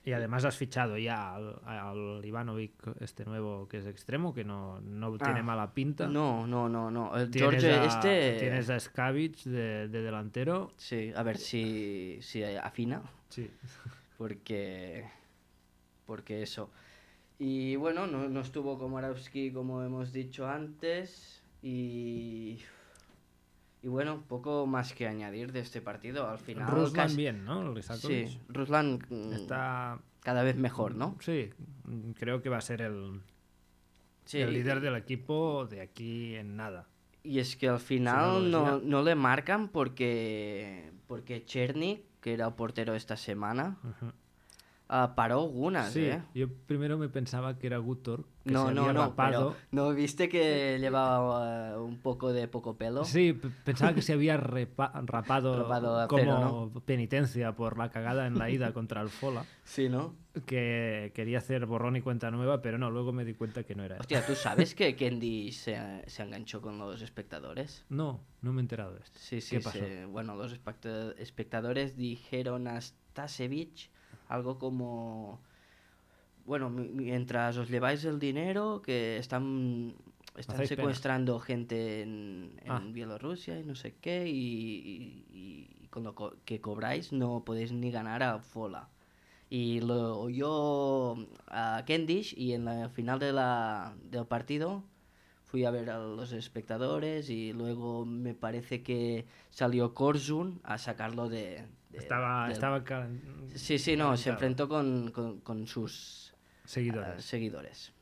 S2: Y además has fichado ya al, al Ivanovic, este nuevo que es extremo, que no, no tiene
S3: Ah,
S2: mala pinta.
S3: No, no, no, no. El
S2: Tienes
S3: George
S2: a-
S3: este
S2: Tienes a Skavic de, de delantero.
S3: sí, a ver si si afina.
S2: Sí.
S3: porque porque eso y bueno no, no estuvo Komarovsky como hemos dicho antes y y bueno poco más que añadir de este partido al final
S2: Ruslan
S3: casi-
S2: bien, ¿no? Lisakovic.
S3: sí Ruslan mm,
S2: Está...
S3: cada vez mejor no
S2: Sí, mm, creo que va a ser el,
S3: sí
S2: el líder del equipo de aquí en nada.
S3: y es que al
S2: no
S3: final
S2: lo
S3: no,
S2: decía.
S3: no le marcan porque porque Cherny que era el portero esta semana ah, paró algunas
S2: Sí,
S3: eh
S2: yo primero me pensaba que era Gutor, que
S3: No,
S2: se
S3: no,
S2: había
S3: no,
S2: rapado.
S3: pero ¿no viste que llevaba eh, un poco de poco pelo?
S2: Sí, p- pensaba que se había repa- rapado,
S3: Rapado a
S2: como
S3: cero,
S2: penitencia por la cagada en la ida contra el Fola,
S3: Sí, ¿no?
S2: que quería hacer borrón y cuenta nueva, pero no, luego me di cuenta que no era él.
S3: Hostia, ¿tú sabes que Kendi se, se enganchó con los espectadores?
S2: No, no me he enterado de esto.
S3: Sí, sí,
S2: ¿Qué pasó?
S3: sí. Bueno, los especta- espectadores dijeron a Stasevich algo como... Bueno, mi- mientras os lleváis el dinero, que están, están
S2: Hacéis pena.
S3: secuestrando gente en, en
S2: Ah.
S3: Bielorrusia y no sé qué, y, y- y con lo co- que cobráis no podéis ni ganar a Fola. Y lo oyó a Kendish y en la final de la, del partido fui a ver a los espectadores y luego me parece que salió Korzun a sacarlo de... de-
S2: Estaba,
S3: del-
S2: estaba ca-
S3: Sí, sí, no, se
S2: calentado.
S3: enfrentó con, con- con sus ah,
S2: seguidores.
S3: seguidores.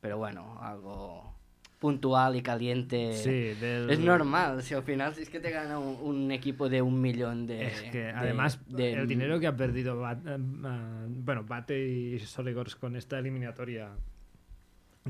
S3: Pero bueno, algo puntual y caliente.
S2: sí, del-
S3: eh, Es normal, si al final es que te gana un, un equipo de un millón de...
S2: Es que
S3: eh, de-
S2: además
S3: de-
S2: el dinero que ha perdido Bat- eh, ah, bueno, Bate y Solegors con esta eliminatoria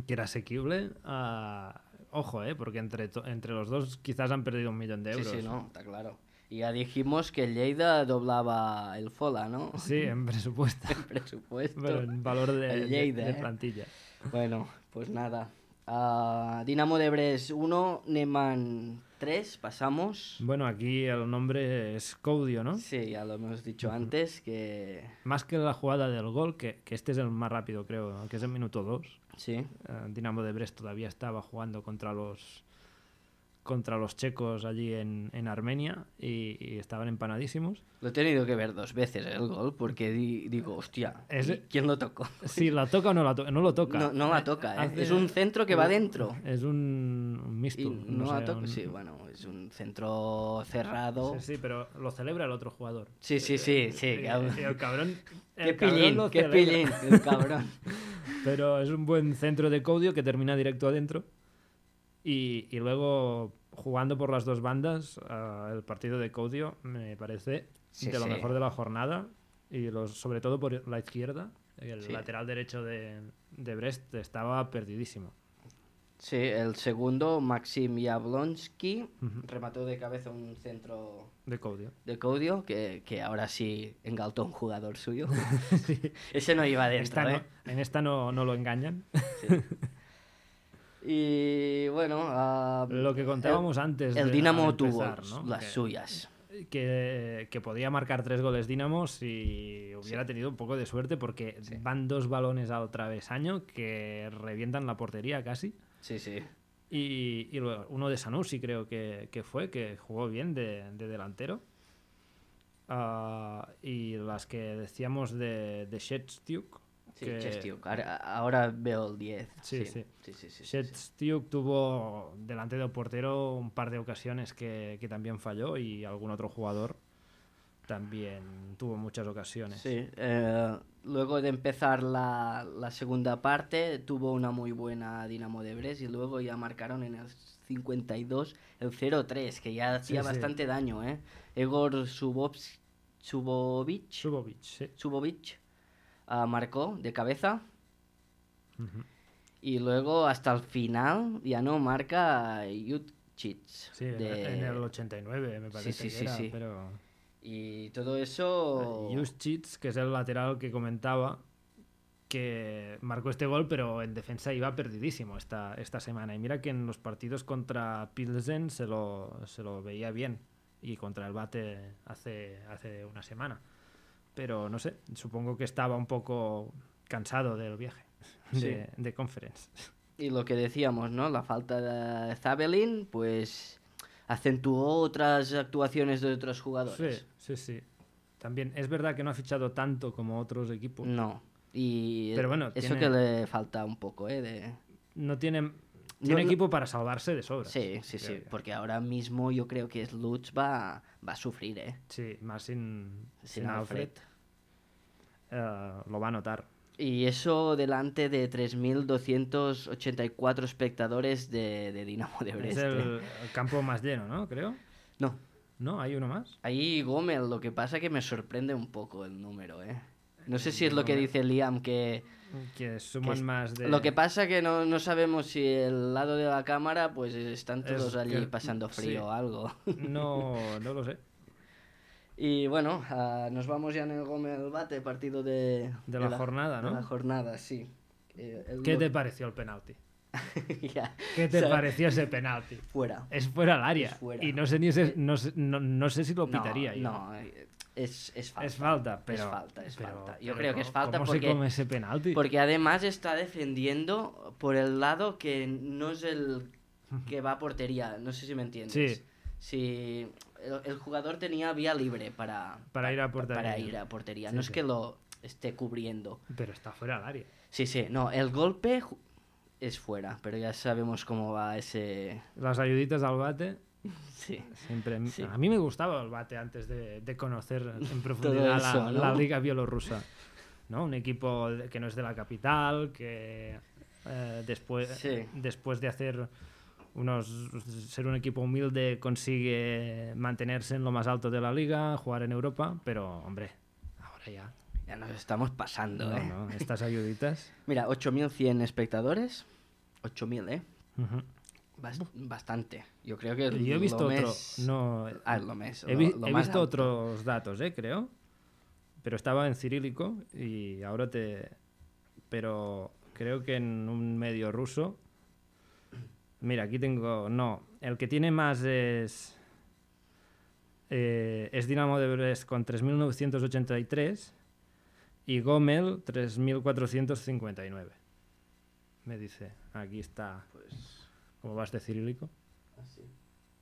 S2: que era asequible, ah, ojo, eh, porque entre, to- entre los dos quizás han perdido un millón de euros.
S3: Sí, sí, no, está claro. Y ya dijimos que Lleida doblaba el Fola, ¿no?
S2: Sí, en presupuesto,
S3: El presupuesto.
S2: pero en valor de,
S3: El
S2: de-
S3: Lleida,
S2: de
S3: eh.
S2: plantilla.
S3: Bueno, pues nada. Ah, Dinamo de Bres 1, Neman 3, pasamos.
S2: Bueno, aquí el nombre es Caudio, ¿no?
S3: Sí, ya lo hemos dicho antes, que...
S2: Más que la jugada del gol, que, que este es el más rápido, creo, ¿no? que es el minuto 2.
S3: Sí,
S2: eh, Dinamo de Brest todavía estaba jugando contra los contra los checos allí en, en Armenia y, y estaban empanadísimos.
S3: lo he tenido que ver dos veces el gol, porque di- digo, hostia,
S2: Es-
S3: ¿y ¿quién lo tocó?
S2: Si la toca o no la toca, no lo toca.
S3: No, no la toca, ¿eh?
S2: Hace-
S3: es un centro que va dentro.
S2: Es un, un
S3: Y
S2: mixto.
S3: no, la
S2: sé,
S3: toca,
S2: un-
S3: sí, bueno, es un centro cerrado.
S2: Sí, sí, pero lo celebra el otro jugador.
S3: Sí, sí, sí, sí.
S2: Y-
S3: cabrón.
S2: y Eh, el cabrón.
S3: Qué
S2: el cabrón
S3: pillín,
S2: lo
S3: qué
S2: celebra.
S3: pillín, el cabrón.
S2: Pero es un buen centro de Caudio que termina directo adentro. Y, y luego, jugando por las dos bandas, ah, el partido de Caudio me parece
S3: Sí,
S2: de lo
S3: sí.
S2: mejor de la jornada. Y los, sobre todo por la izquierda, el
S3: Sí.
S2: lateral derecho de, de Brest estaba perdidísimo.
S3: Sí, el segundo, Maxim Yablonsky, remató de cabeza un centro
S2: de Caudio.
S3: de Caudio, que, que ahora sí engaltó un jugador suyo. Ese no iba
S2: Esta
S3: dentro,
S2: no-
S3: ¿eh?
S2: en esta no, no lo engañan.
S3: Y bueno, ah,
S2: Lo que contábamos antes.
S3: el, el
S2: de-
S3: Dinamo
S2: al empezar,
S3: tuvo
S2: ¿no?
S3: las
S2: Que-
S3: suyas.
S2: que, que podía marcar tres goles Dinamo si hubiera tenido un poco de suerte porque van dos balones al travesaño que revientan la portería casi.
S3: Sí, sí.
S2: Y, y luego uno de Sanusi creo que, que fue, que jugó bien de, de delantero. Ah, y las que decíamos de, de Shetiuk,
S3: Sí,
S2: que-
S3: Chestiuk. Ahora, ahora veo el 10.
S2: Sí,
S3: sí.
S2: sí.
S3: sí, sí, sí, sí.
S2: Shetiuk tuvo delante del portero un par de ocasiones que, que también falló y algún otro jugador también tuvo muchas ocasiones.
S3: Sí, eh, luego de empezar la, la segunda parte, tuvo una muy buena Dinamo de Brest y luego ya marcaron en el 52 el 0-3, que ya hacía
S2: sí.
S3: bastante daño, ¿eh? Egor Subovs- Subovic,
S2: Subovic, sí.
S3: Subovic, ah, marcó de cabeza. Y luego hasta el final ya no marca Jutchits.
S2: Sí, en- en el 89 me parece
S3: sí,
S2: que
S3: sí,
S2: era,
S3: sí.
S2: pero...
S3: Y todo
S2: Ah,
S3: eso...
S2: Juszczyk, que es el lateral que comentaba, que marcó este gol, pero en defensa iba perdidísimo esta, esta semana. Y mira que en los partidos contra Pilsen se lo, se lo veía bien. Y contra el Bate hace, hace una semana. Pero no sé, supongo que estaba un poco cansado del viaje de, de conference.
S3: Y lo que decíamos, ¿no? La falta de Zabelin, pues acentuó otras actuaciones de otros
S2: Sí,
S3: jugadores.
S2: sí, sí. También es verdad que no ha fichado tanto como otros equipos.
S3: No. Y
S2: Pero bueno,
S3: eso
S2: tiene-
S3: que le falta un poco, ¿eh? De...
S2: No tiene, tiene
S3: no-
S2: equipo para salvarse de sobra.
S3: Sí, sí, sí.
S2: creo yo.
S3: Porque ahora mismo yo creo que Slutz va, va a sufrir, ¿eh?
S2: Sí, más sin,
S3: Sin
S2: sin
S3: Alfred.
S2: Alfred. eh, lo va a notar.
S3: Y eso delante de 3.284 espectadores de, de Dinamo de
S2: Es
S3: Brest.
S2: el,
S3: ¿eh?
S2: el campo más lleno, ¿no? Creo.
S3: No.
S2: ¿No? ¿Hay uno más?
S3: Ahí Gómez, lo que pasa que me sorprende un poco el número, ¿eh? No sé si es lo que dice Liam, que
S2: Que suman
S3: es-
S2: más de...
S3: Lo que pasa que no, no sabemos si el lado de la cámara pues están
S2: Es
S3: todos allí
S2: que-
S3: pasando frío
S2: sí.
S3: o algo.
S2: No, no lo sé.
S3: Y bueno, ah, nos vamos ya en el Gómez Bate, partido de...
S2: De la jornada, ¿no?
S3: De la jornada, sí. Eh, el
S2: ¿Qué
S3: lo-
S2: te pareció el penalti?
S3: Ya,
S2: ¿Qué te
S3: o sea,
S2: pareció ese penalti?
S3: Fuera.
S2: Es fuera al área.
S3: Es fuera.
S2: Y no sé ni si, no, sé- no- no sé si lo
S3: No,
S2: pitaría yo.
S3: No, eh, es, es falta.
S2: Es falta, pero...
S3: Es falta, es
S2: pero-
S3: falta. Yo
S2: pero
S3: creo que es
S2: ¿cómo-
S3: falta
S2: ¿Cómo
S3: porque-
S2: se come ese penalti?
S3: Porque además está defendiendo por el lado que no es el que va a portería. No sé si me entiendes.
S2: Sí.
S3: Si el, el jugador tenía vía libre para,
S2: Para ir a
S3: pa-
S2: portería.
S3: para ir a portería.
S2: Sí,
S3: no es
S2: sí.
S3: que lo esté cubriendo.
S2: Pero está fuera al área.
S3: Sí, sí. No, el golpe ju- es fuera, pero ya sabemos cómo va ese.
S2: Las ayuditas al bate...
S3: Sí.
S2: Siempre.
S3: Sí.
S2: A mí me gustaba el bate antes de, de conocer en
S3: Todo
S2: profundidad la-
S3: eso, ¿no?
S2: la, liga bielorrusa. ¿no? Un equipo de- que no es de la capital, que eh, después,
S3: Sí.
S2: después de hacer unos ser un equipo humilde consigue mantenerse en lo más alto de la liga, jugar en Europa, pero hombre, ahora ya.
S3: Ya nos estamos pasando,
S2: No,
S3: ¿eh?
S2: no, estas ayuditas.
S3: Mira, 8100 espectadores. 8000, ¿eh?
S2: Ujú.
S3: Bas- bastante. Yo creo que.
S2: Yo he visto
S3: lo
S2: otro.
S3: mes-
S2: No,
S3: Ah, lo mes.
S2: He,
S3: lo-
S2: vi-
S3: lo
S2: he
S3: más
S2: visto
S3: alto.
S2: otros datos, eh, creo. Pero estaba en cirílico y ahora te. Pero creo que en un medio ruso. Mira, aquí tengo. No, el que tiene más es. eh, es Dinamo de Brest con 3.983 y Gomel 3.459. Me dice, aquí está.
S3: Pues.
S2: ¿Cómo vas de cirílico?
S3: Así.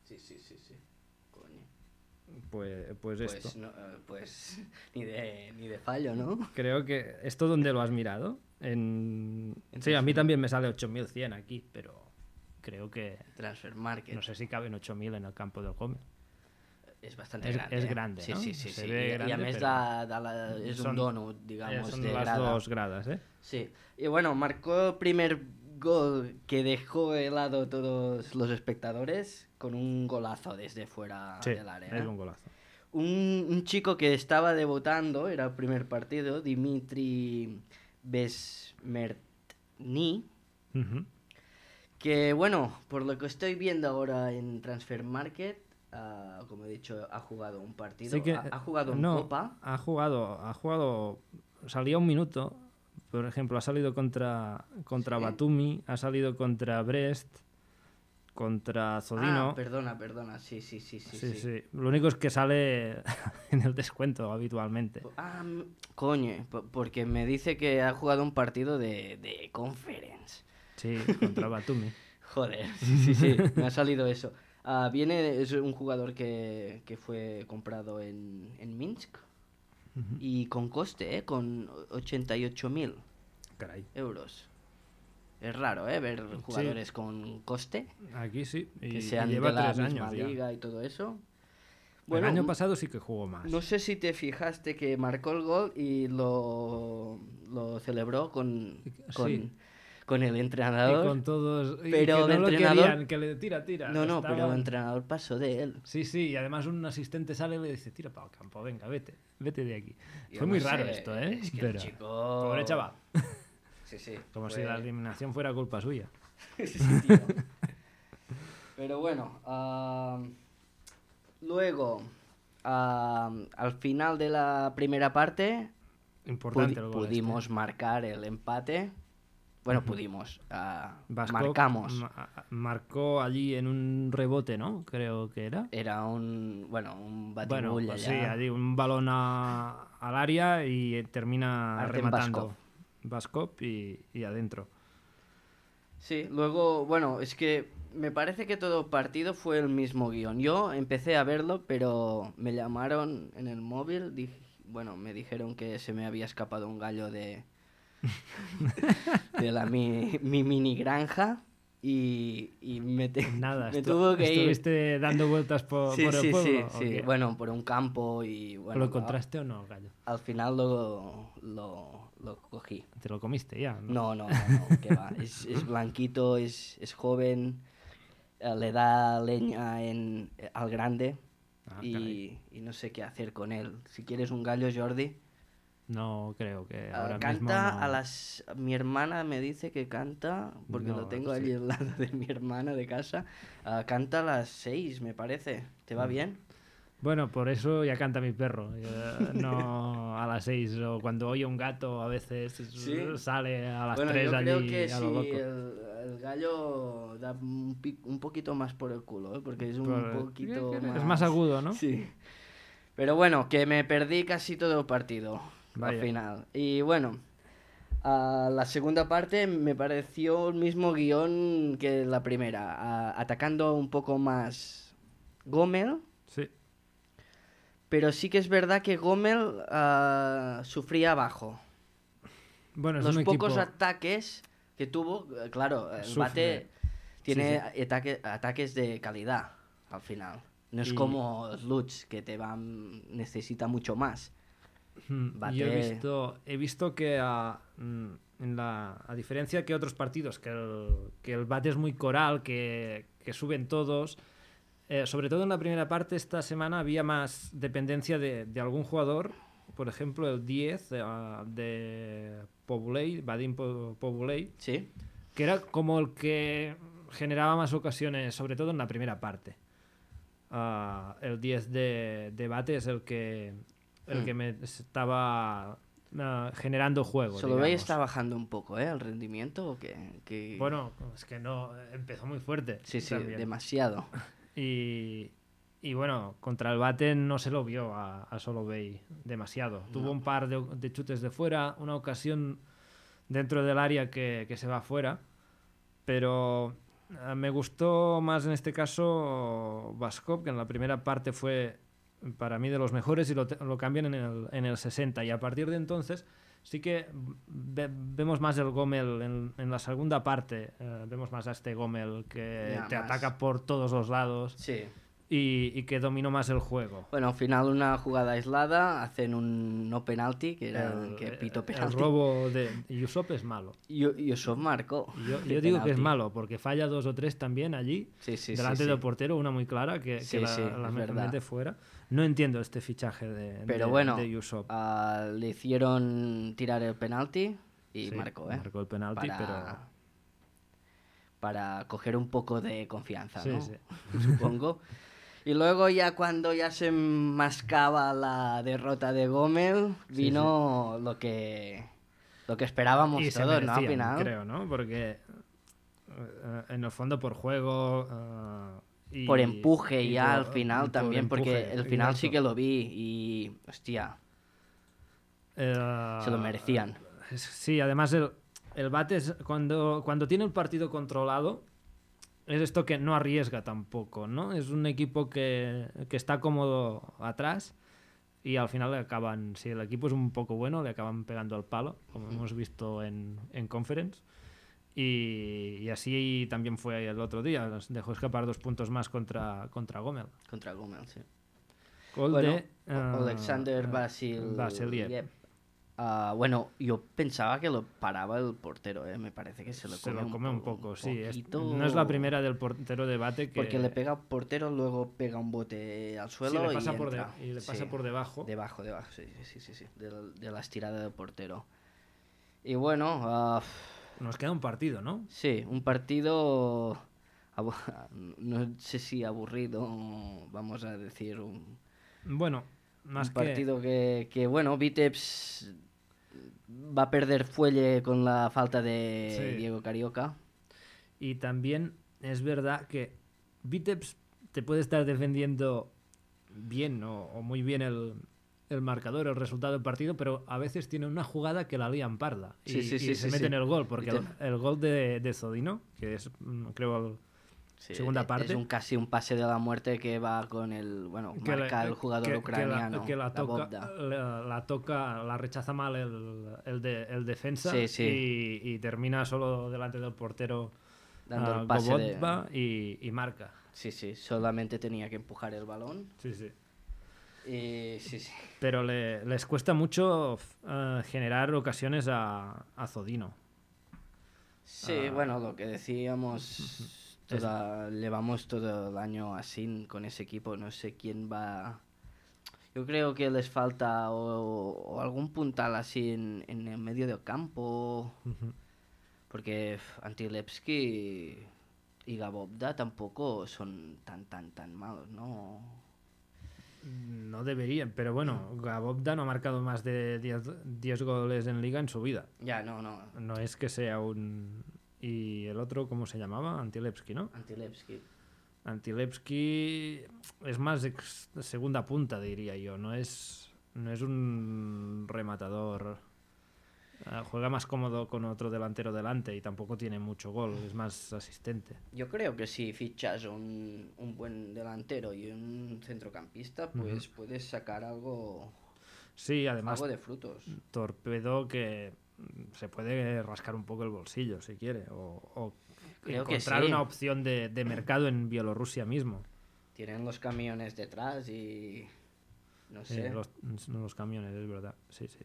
S3: Sí, sí, sí, sí. Coño.
S2: Pues, pues
S3: Pues,
S2: esto.
S3: no, eh, pues ni, de, ni de fallo, ¿no?
S2: Creo que. ¿Esto dónde lo has mirado? En... Sí, a mí también me sale 8100 aquí, pero creo que.
S3: Transfer Market.
S2: No sé si caben 8000 en el campo del Gómez.
S3: Es bastante
S2: Es-
S3: grande.
S2: es
S3: eh?
S2: grande,
S3: Sí,
S2: ¿no?
S3: sí, sí.
S2: Se
S3: sí.
S2: ve
S3: y, y a
S2: grande,
S3: més
S2: pero-
S3: de- de la- es un
S2: Son-
S3: donut,
S2: Eh,
S3: digamos,
S2: son
S3: de
S2: las
S3: grada.
S2: dos gradas, ¿eh?
S3: Sí. Y bueno, marcó el primer gol que dejó helado todos los espectadores con un golazo desde fuera
S2: Sí,
S3: del Ah, área.
S2: es un golazo.
S3: un, un chico que estaba debutando, era el primer partido, Dimitri Besmertny,
S2: Ujú.
S3: Que bueno, por lo que estoy viendo ahora en Transfer Market, ah, como he dicho, ha jugado un partido.
S2: Sé que- eh,
S3: ha, ha jugado en
S2: no,
S3: Copa.
S2: Ha jugado, ha jugado, salía un minuto, por ejemplo, ha salido contra, contra
S3: Sí.
S2: Batumi, ha salido contra Brest, contra Zodino.
S3: Ah, perdona, perdona. Sí, sí, sí, sí.
S2: sí,
S3: sí.
S2: sí. Lo único es que sale en el descuento habitualmente.
S3: Ah, m- coño, po- porque me dice que ha jugado un partido de, de conference.
S2: Sí, contra Batumi.
S3: Joder, sí, sí, sí, me ha salido eso. Ah, viene, es un jugador que, que fue comprado en, en Minsk y con coste, ¿eh? con 88.000
S2: Caray.
S3: euros. Es raro, ¿eh? Ver jugadores con coste,
S2: Aquí sí. Y,
S3: que
S2: y
S3: sean
S2: lleva
S3: de la
S2: tres
S3: misma
S2: años ya.
S3: liga y todo eso.
S2: el año
S3: m-
S2: pasado sí que jugó más.
S3: no sé si te fijaste que marcó el gol y lo, lo celebró con, con,
S2: Sí.
S3: con el
S2: y
S3: entrenador.
S2: con todos. y
S3: Pero
S2: que
S3: el
S2: no
S3: entrenador-
S2: lo querían, que le tira, tira.
S3: No, no, pero el
S2: Estaban-
S3: entrenador pasó de él.
S2: Sí, sí, y además un asistente sale y le dice, tira para el campo, venga, vete, vete de aquí.
S3: Yo
S2: Fue muy
S3: no
S2: raro
S3: sé,
S2: esto, ¿eh?
S3: Es que el
S2: Pero-
S3: chico...
S2: Pobre chaval.
S3: Sí, sí.
S2: Como
S3: fue-
S2: si la eliminación fuera culpa suya.
S3: Sí, tío. Pero bueno, am, luego, am, al final de la primera parte,
S2: Importante
S3: pudi-
S2: el gol
S3: pudimos marcar el empate. Bueno, pudimos. ah,
S2: este. Vasco
S3: marcamos.
S2: ma- marcó allí en un rebote, ¿no? Creo que era.
S3: Era un, bueno, un batibulla
S2: Bueno, pues sí,
S3: ya.
S2: allí un balón a- al área y eh, termina
S3: Artem
S2: rematando. Vascop y, y adentro.
S3: Sí, luego, bueno, es que me parece que todo partido fue el mismo guión. Yo empecé a verlo, pero me llamaron en el móvil, dij- bueno, me dijeron que se me había escapado un gallo de, de la mi, mi mini granja y, y me, te-
S2: Nada,
S3: me
S2: estu-
S3: tuvo que ir.
S2: estuviste dando vueltas por,
S3: Sí,
S2: por el
S3: sí, sí,
S2: pueblo. ¿o
S3: sí.
S2: qué?
S3: Bueno, por un campo y bueno,
S2: ¿Lo encontraste o no, Gallo?
S3: al final lo, lo, lo cogí.
S2: Te lo comiste ya, ¿no?
S3: No, no, no, no, que va. Es, es blanquito, es, es joven, eh, le da leña en, eh, al grande
S2: Ah,
S3: y,
S2: caray.
S3: y no sé qué hacer con él. Si quieres un gallo, Jordi.
S2: No creo que
S3: eh,
S2: ahora mismo
S3: canta
S2: no.
S3: a las... Mi hermana me dice que canta, porque
S2: No,
S3: lo tengo
S2: sí.
S3: allí al lado de mi hermana de casa. eh, canta a las seis, me parece. ¿Te
S2: Mm.
S3: va bien?
S2: Bueno, por eso ya canta mi perro. eh, No a las seis o cuando oye un gato a veces
S3: Sí.
S2: sale a las
S3: bueno,
S2: tres
S3: yo
S2: allí
S3: creo que
S2: a
S3: si
S2: lo loco.
S3: el, el gallo da un, pi- un poquito más por el culo, ¿eh? porque es un
S2: Pero-
S3: poquito más...
S2: Es más agudo, ¿no?
S3: Sí. Pero bueno, que me perdí casi todo el partido
S2: Vaya.
S3: al final. Y bueno, a la segunda parte me pareció el mismo guión que la primera, a- atacando un poco más Gómez,
S2: Sí.
S3: pero sí que es verdad que Gómez ah, sufría abajo.
S2: Bueno, es
S3: Los
S2: un
S3: pocos
S2: equipo...
S3: ataques que tuvo, eh, claro, el
S2: Sufre.
S3: bate tiene
S2: Sí,
S3: ataque- ataques de calidad al final. No es
S2: Y-
S3: como Lutz, que te van, necesita mucho más.
S2: Mm,
S3: Bate.
S2: Yo he visto, he visto que a, mm, en la, a diferencia que otros partidos, que el, que el bate es muy coral, que, que suben todos, eh, sobre todo en la primera parte esta semana había más dependencia de, de algún jugador, por ejemplo el 10 eh, de Pobuley, Vadim Po- Pobuley,
S3: Sí,
S2: que era como el que generaba más ocasiones, sobre todo en la primera parte. Ah, el 10 de, de bate es el que, el
S3: Mm.
S2: que me estaba ah, generando juego.
S3: solo veis
S2: digamos.
S3: está bajando un poco, ¿eh? El rendimiento o que, que-
S2: Bueno, es que no, empezó muy fuerte.
S3: sí, sí,
S2: también.
S3: demasiado.
S2: Y, y bueno, contra el bate no se lo vio a, a Solo Bay demasiado. Tuvo un par de, de chutes de fuera, una ocasión dentro del área que, que se va fuera. Pero eh, me gustó más en este caso Vascop, que en la primera parte fue para mí de los mejores y lo, te- lo cambian en el, en el 60. Y a partir de entonces sí que ve- vemos más el Gomel en, en la segunda parte. eh, vemos más a este Gomel que
S3: Ya,
S2: te
S3: más.
S2: ataca por todos los lados
S3: Sí.
S2: y, y que dominó más el juego.
S3: Bueno, al final una jugada aislada, hacen un no penalti, que era el,
S2: El-
S3: que pito
S2: el
S3: penalti.
S2: robo de Yusop es malo.
S3: Y y Yusuf marcó.
S2: Yo,
S3: de
S2: yo digo que es
S3: penalti.
S2: malo porque falla dos o tres también allí.
S3: Sí, sí, sí,
S2: delante
S3: sí.
S2: del portero, una muy clara que, que
S3: Sí,
S2: la,
S3: sí,
S2: la
S3: es
S2: mete
S3: verdad.
S2: fuera. No entiendo este fichaje de,
S3: Pero
S2: de-
S3: bueno,
S2: de Yusop.
S3: ah, le hicieron tirar el penalti y
S2: Sí,
S3: marcó, ¿eh?
S2: Marcó el penalti,
S3: Para-
S2: pero
S3: para coger un poco de confianza,
S2: Sí,
S3: ¿no?
S2: sí.
S3: supongo. Y luego ya cuando ya se mascaba la derrota de Gómez, vino lo que lo que esperábamos
S2: Y se
S3: todos, ¿no? Al
S2: merecían,
S3: final.
S2: creo, ¿no? Porque eh, en el fondo por juego... eh, y-
S3: por empuje
S2: y
S3: ya
S2: por-
S3: al
S2: y
S3: final
S2: por
S3: también, porque
S2: empuje,
S3: el final sí que
S2: exacto.
S3: lo vi y hostia,
S2: Eh,
S3: se lo merecían.
S2: Es- Sí, además el, el bate es cuando, cuando tiene el partido controlado, es esto que no arriesga tampoco, ¿no? Es un equipo que, que está cómodo atrás y al final le acaban, si el equipo es un poco bueno, le acaban pegando al palo, como hemos visto en, en conference. Y, y así también fue el otro día, nos dejó escapar dos puntos más contra, contra Gómez.
S3: Contra Gómez, sí.
S2: Gol
S3: Bueno,
S2: de,
S3: O-
S2: eh,
S3: Alexander
S2: eh,
S3: Vasil...
S2: Vasiliev.
S3: Yep. Ah, bueno, yo pensaba que lo paraba el portero, ¿eh? me parece que se lo
S2: Se
S3: come,
S2: lo come un poco, sí. es-
S3: poquito.
S2: no es la primera del portero de bate que...
S3: Porque le pega al portero, luego pega un bote al
S2: Sí,
S3: suelo
S2: le pasa
S3: y,
S2: por de-
S3: entra.
S2: y le pasa
S3: Sí.
S2: por debajo.
S3: Debajo, debajo, sí, sí, sí, sí, sí, De, de la estirada del portero. Y bueno, ah,
S2: Nos queda un partido, ¿no?
S3: sí, un partido, abu- no sé si aburrido, vamos a decir, un,
S2: Bueno, más
S3: un
S2: que...
S3: partido que, que, bueno, Vitebs va a perder fuelle con la falta de
S2: Sí.
S3: Diego Carioca.
S2: Y también es verdad que Vitebs te puede estar defendiendo bien o, o muy bien el, el marcador, el resultado del partido, pero a veces tiene una jugada que la lían parda y,
S3: Sí, sí,
S2: y
S3: sí,
S2: se
S3: sí,
S2: mete
S3: sí.
S2: en el gol, porque el,
S3: Vitebs.
S2: el gol de, de Zodino, que es, mm, creo, el,
S3: Sí,
S2: Segunda
S3: es-
S2: parte.
S3: Es un, casi un pase de la muerte que va con el, bueno,
S2: que
S3: marca
S2: la-
S3: el jugador
S2: que- que la-
S3: ucraniano.
S2: que la,
S3: la
S2: toca,
S3: Bobda.
S2: la, la toca, la rechaza mal el, el de- el defensa
S3: Sí, sí.
S2: Y, y termina solo delante del portero
S3: Dando
S2: ah,
S3: el pase de-
S2: Gobotba y, y marca.
S3: Sí, sí, solamente tenía que empujar el balón.
S2: Sí, sí.
S3: Y sí, sí.
S2: Pero le- les cuesta mucho f- eh, generar ocasiones a, a Zodino.
S3: Sí,
S2: Ah.
S3: bueno, lo que decíamos, toda- llevamos todo el año así con ese equipo, no sé quién va... Yo creo que les falta o, o algún puntal así en, en el medio del campo, porque pf, Antilevski y Gabobda tampoco son tan, tan, tan malos, ¿no?
S2: No deberían, pero bueno, Gabobda no ha marcado más de 10 10 goles en liga en su vida.
S3: Ya, no, no,
S2: No es que sea un... Y el otro, ¿cómo se llamaba? Antilevski, ¿no?
S3: Antilevski.
S2: Antilevski es más ex- segunda punta, diría yo. No es, no es un rematador. Ah, juega más cómodo con otro delantero delante y tampoco tiene mucho gol. Es más asistente.
S3: Yo creo que si fichas un, un buen delantero y un centrocampista, pues puedes sacar algo,
S2: Sí, además mm.
S3: algo de frutos.
S2: torpedo que mm, se puede rascar un poco el bolsillo si quiere. O, o
S3: Creo que
S2: encontrar
S3: sí.
S2: una opción de, de mercado en Bielorrusia mismo.
S3: Tienen los camiones detrás y... No
S2: Eh,
S3: sé,
S2: los, los camiones, es verdad. Sí, sí.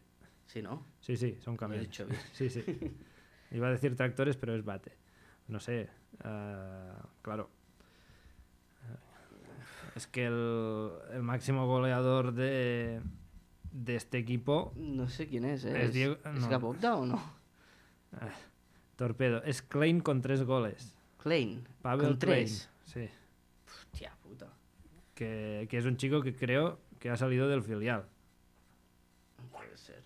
S3: si no,
S2: Sí, sí, son
S3: lo he
S2: camiones.
S3: dicho bien.
S2: Sí, sí. Iba a decir tractores, pero es bate. No sé. ah, claro. Es que el, el máximo goleador de, de este equipo,
S3: No sé quién es, ¿eh?
S2: Es
S3: ¿Es,
S2: Diego-
S3: es
S2: no.
S3: Gabobda o no?
S2: ah, Torpedo, es Klein con tres goles.
S3: Klein,
S2: Pavel
S3: con tres.
S2: Klein, sí.
S3: Hostia puta.
S2: Que, que es un chico que creo que ha salido del filial.
S3: No puede ser.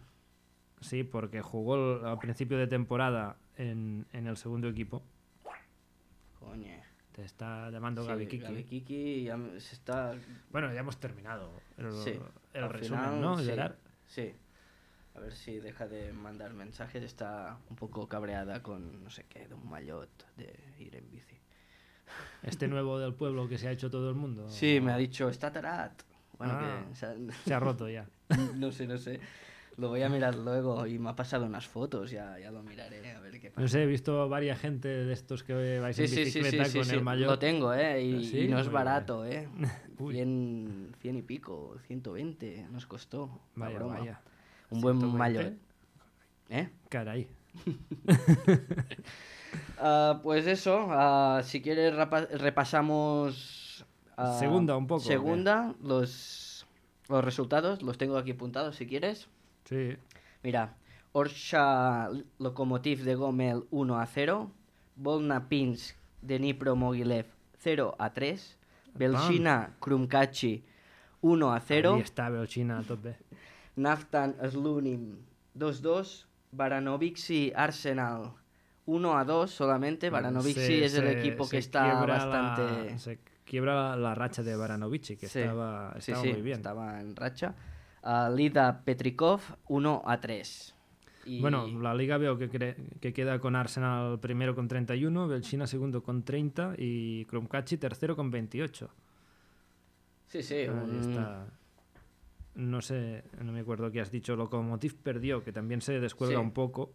S2: Sí, porque jugó el- al principio de temporada en, en el segundo equipo.
S3: Coño.
S2: Te está llamando
S3: Sí,
S2: Gabi Kiki.
S3: Gabi Kiki ya me- se está
S2: Bueno, ya hemos terminado el,
S3: Sí,
S2: el
S3: al
S2: resumen,
S3: final,
S2: ¿no,
S3: sí,
S2: Gerard?
S3: Sí. A ver si deja de mandar mensajes. Está un poco cabreada con no sé qué, de un maillot, de ir en bici.
S2: Este nuevo del pueblo que se ha hecho todo el mundo.
S3: Sí, me ha dicho, está tarat. Bueno,
S2: Oh. Ah.
S3: que. o sea,
S2: Se ha roto ya.
S3: no sé, no sé. Lo voy a mirar luego y me ha pasado unas fotos. Ya, ya lo miraré a ver qué pasa.
S2: No sé, he visto varias gente de estos que vais
S3: Sí,
S2: en
S3: sí, sí, sí,
S2: bicicleta
S3: sí,
S2: con
S3: sí,
S2: el mayor.
S3: Lo tengo, ¿eh?
S2: ¿Ah,
S3: Y,
S2: sí?
S3: y no es
S2: Muy
S3: barato, ¿eh?
S2: Uy.
S3: 100, 100 y pico, 120 nos costó. la
S2: Vaya,
S3: broma.
S2: vaya.
S3: Un buen
S2: 120.
S3: maillot. ¿Eh?
S2: Caray.
S3: Ah, pues eso, ah, si quieres rapa- repasamos... ah,
S2: Segunda un poco, ¿o qué?
S3: Segunda, los, los resultados, los tengo aquí apuntados si quieres.
S2: Sí.
S3: Mira, Orsha Lokomotiv de Gomel 1 a 0, Volna Pinsk de Dnipro Mogilev 0 a 3, Belchina Krumkachi 1 a 0,
S2: Ahí está Belchina a tope.
S3: Naftan Slunim 2-2, Baranovici Arsenal 1 a 2 solamente. Baranovici
S2: Se-
S3: es el
S2: Mm, se-
S3: equipo
S2: se
S3: que está
S2: quiebra la-
S3: bastante.
S2: se quiebra la, la racha de Baranovic, que
S3: Sí,
S2: estaba,
S3: sí,
S2: estaba
S3: sí,
S2: muy bien.
S3: Estaba en racha. Ah, Lida Petrikov 1 a 3. Y-
S2: Bueno, la liga veo que, cre- que queda con Arsenal primero con 31, Belchina segundo con 30 y Kromkachi tercero con 28.
S3: sí, sí,
S2: Ahí
S3: Eh, un-
S2: está. No sé, no me acuerdo qué has dicho. Lokomotiv perdió, que también se descuelga
S3: Sí.
S2: un poco.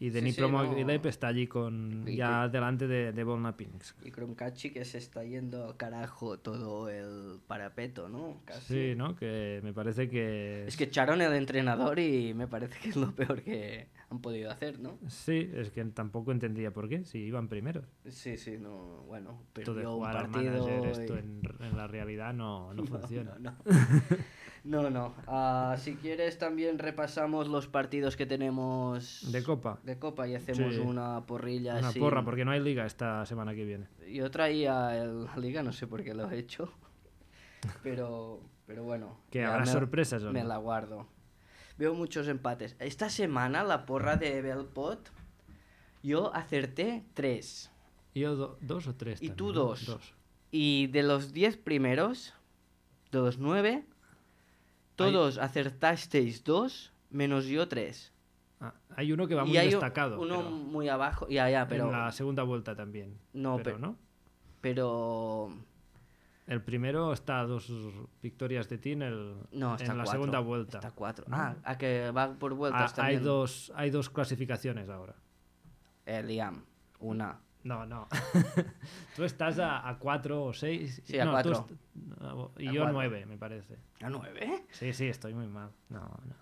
S2: Y
S3: Sí,
S2: Denis
S3: sí,
S2: Promo
S3: no.
S2: está allí con
S3: Y
S2: ya delante de, de Volna Pinsk.
S3: Y Kromkachi que se está yendo al carajo todo el parapeto, ¿no? Casi.
S2: Sí, ¿no? Que me parece que.
S3: Es que echaron el entrenador y me parece que es lo peor que han podido hacer, ¿no?
S2: Sí, es que tampoco entendía por qué, si iban primeros.
S3: Sí, sí, no. Bueno,
S2: Esto de
S3: perdió un
S2: jugar al
S3: partido.
S2: manager,
S3: y-
S2: esto en, en la realidad no, no funciona.
S3: No, no. no, no. Ah, si quieres también repasamos los partidos que tenemos
S2: De Copa.
S3: de copa y hacemos
S2: Sí.
S3: una porrilla
S2: Una
S3: así.
S2: porra, porque no hay liga esta semana que viene.
S3: Yo traía el- la liga, no sé por qué lo he hecho. Pero, pero bueno.
S2: Que
S3: ya
S2: habrá
S3: me-
S2: sorpresas, ¿o
S3: Me
S2: no?
S3: la guardo. Veo muchos empates. Esta semana la porra de Belpot, yo acerté tres.
S2: Yo do- dos o tres.
S3: Y
S2: también,
S3: tú
S2: ¿no?
S3: dos. Y de los 10 primeros, de los 9, todos acertasteis 2, menos yo 3.
S2: Ah, hay uno que va
S3: y
S2: muy
S3: hay u-
S2: destacado.
S3: uno
S2: pero-
S3: muy abajo, ya, ya, pero...
S2: en la segunda vuelta también.
S3: No,
S2: pero
S3: pe-
S2: no.
S3: Pero...
S2: El primero está a dos victorias de ti en, el-
S3: No,
S2: en
S3: está
S2: la
S3: cuatro,
S2: segunda vuelta.
S3: Está 4.
S2: ¿no?
S3: Ah, a que va por
S2: Ah,
S3: vueltas
S2: hay,
S3: también.
S2: dos, hay dos clasificaciones ahora.
S3: Eh, Liam, una.
S2: No, no. tú estás a, a cuatro o seis.
S3: Sí, a
S2: No, tú
S3: cuatro.
S2: est- no, y
S3: A
S2: yo
S3: cuatro.
S2: nueve, me parece.
S3: ¿A 9?
S2: Sí, sí, estoy muy mal. No, no.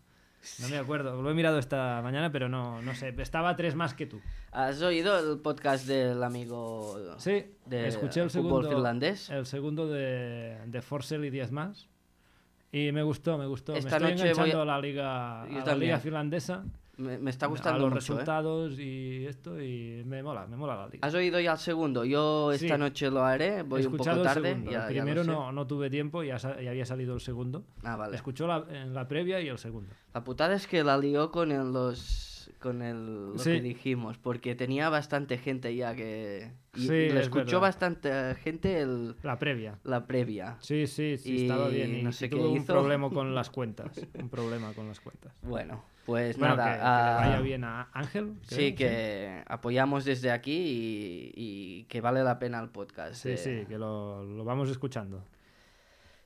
S2: No me acuerdo. Lo he mirado esta mañana, pero no, no sé. Estaba a tres más que tú.
S3: ¿Has oído el podcast del amigo...
S2: Sí,
S3: de
S2: escuché el
S3: fútbol
S2: segundo,
S3: finlandés.
S2: el segundo de, de Forcell y 10 más. Y me gustó, me gustó.
S3: Esta
S2: me estoy
S3: noche voy
S2: enganchando
S3: a-
S2: a... la liga, a
S3: Yo
S2: la
S3: también.
S2: liga finlandesa,
S3: Me, me está
S2: a
S3: gustando
S2: los
S3: mucho, ¿eh?
S2: resultados y esto, y me mola, me mola la liga.
S3: ¿Has oído ya el segundo? Yo esta
S2: Sí.
S3: noche lo haré, Ah, voy
S2: He
S3: un
S2: escuchado
S3: poco
S2: el
S3: tarde.
S2: segundo.
S3: ya-
S2: el
S3: ya lo
S2: primero
S3: sé.
S2: no, no tuve tiempo, ya, sa- ya había salido el segundo.
S3: Ah, vale.
S2: Escuchó la, en la previa y el segundo.
S3: La putada es que la lió con el- los con el, lo
S2: Sí.
S3: que dijimos, porque tenía bastante gente ya que y,
S2: Sí,
S3: y lo
S2: es
S3: escuchó
S2: verdad.
S3: bastante gente el-
S2: La previa.
S3: la previa.
S2: Sí, sí, sí,
S3: Y
S2: estaba bien. Y
S3: no sé qué
S2: tuve un
S3: hizo.
S2: problema con las cuentas. Un problema con las cuentas.
S3: Bueno, pues
S2: bueno,
S3: nada.
S2: que,
S3: ah,
S2: que le vaya bien a Ángel. creo,
S3: Sí, que apoyamos desde aquí y, y que vale la pena el podcast.
S2: Sí,
S3: eh.
S2: sí, que lo, lo vamos escuchando.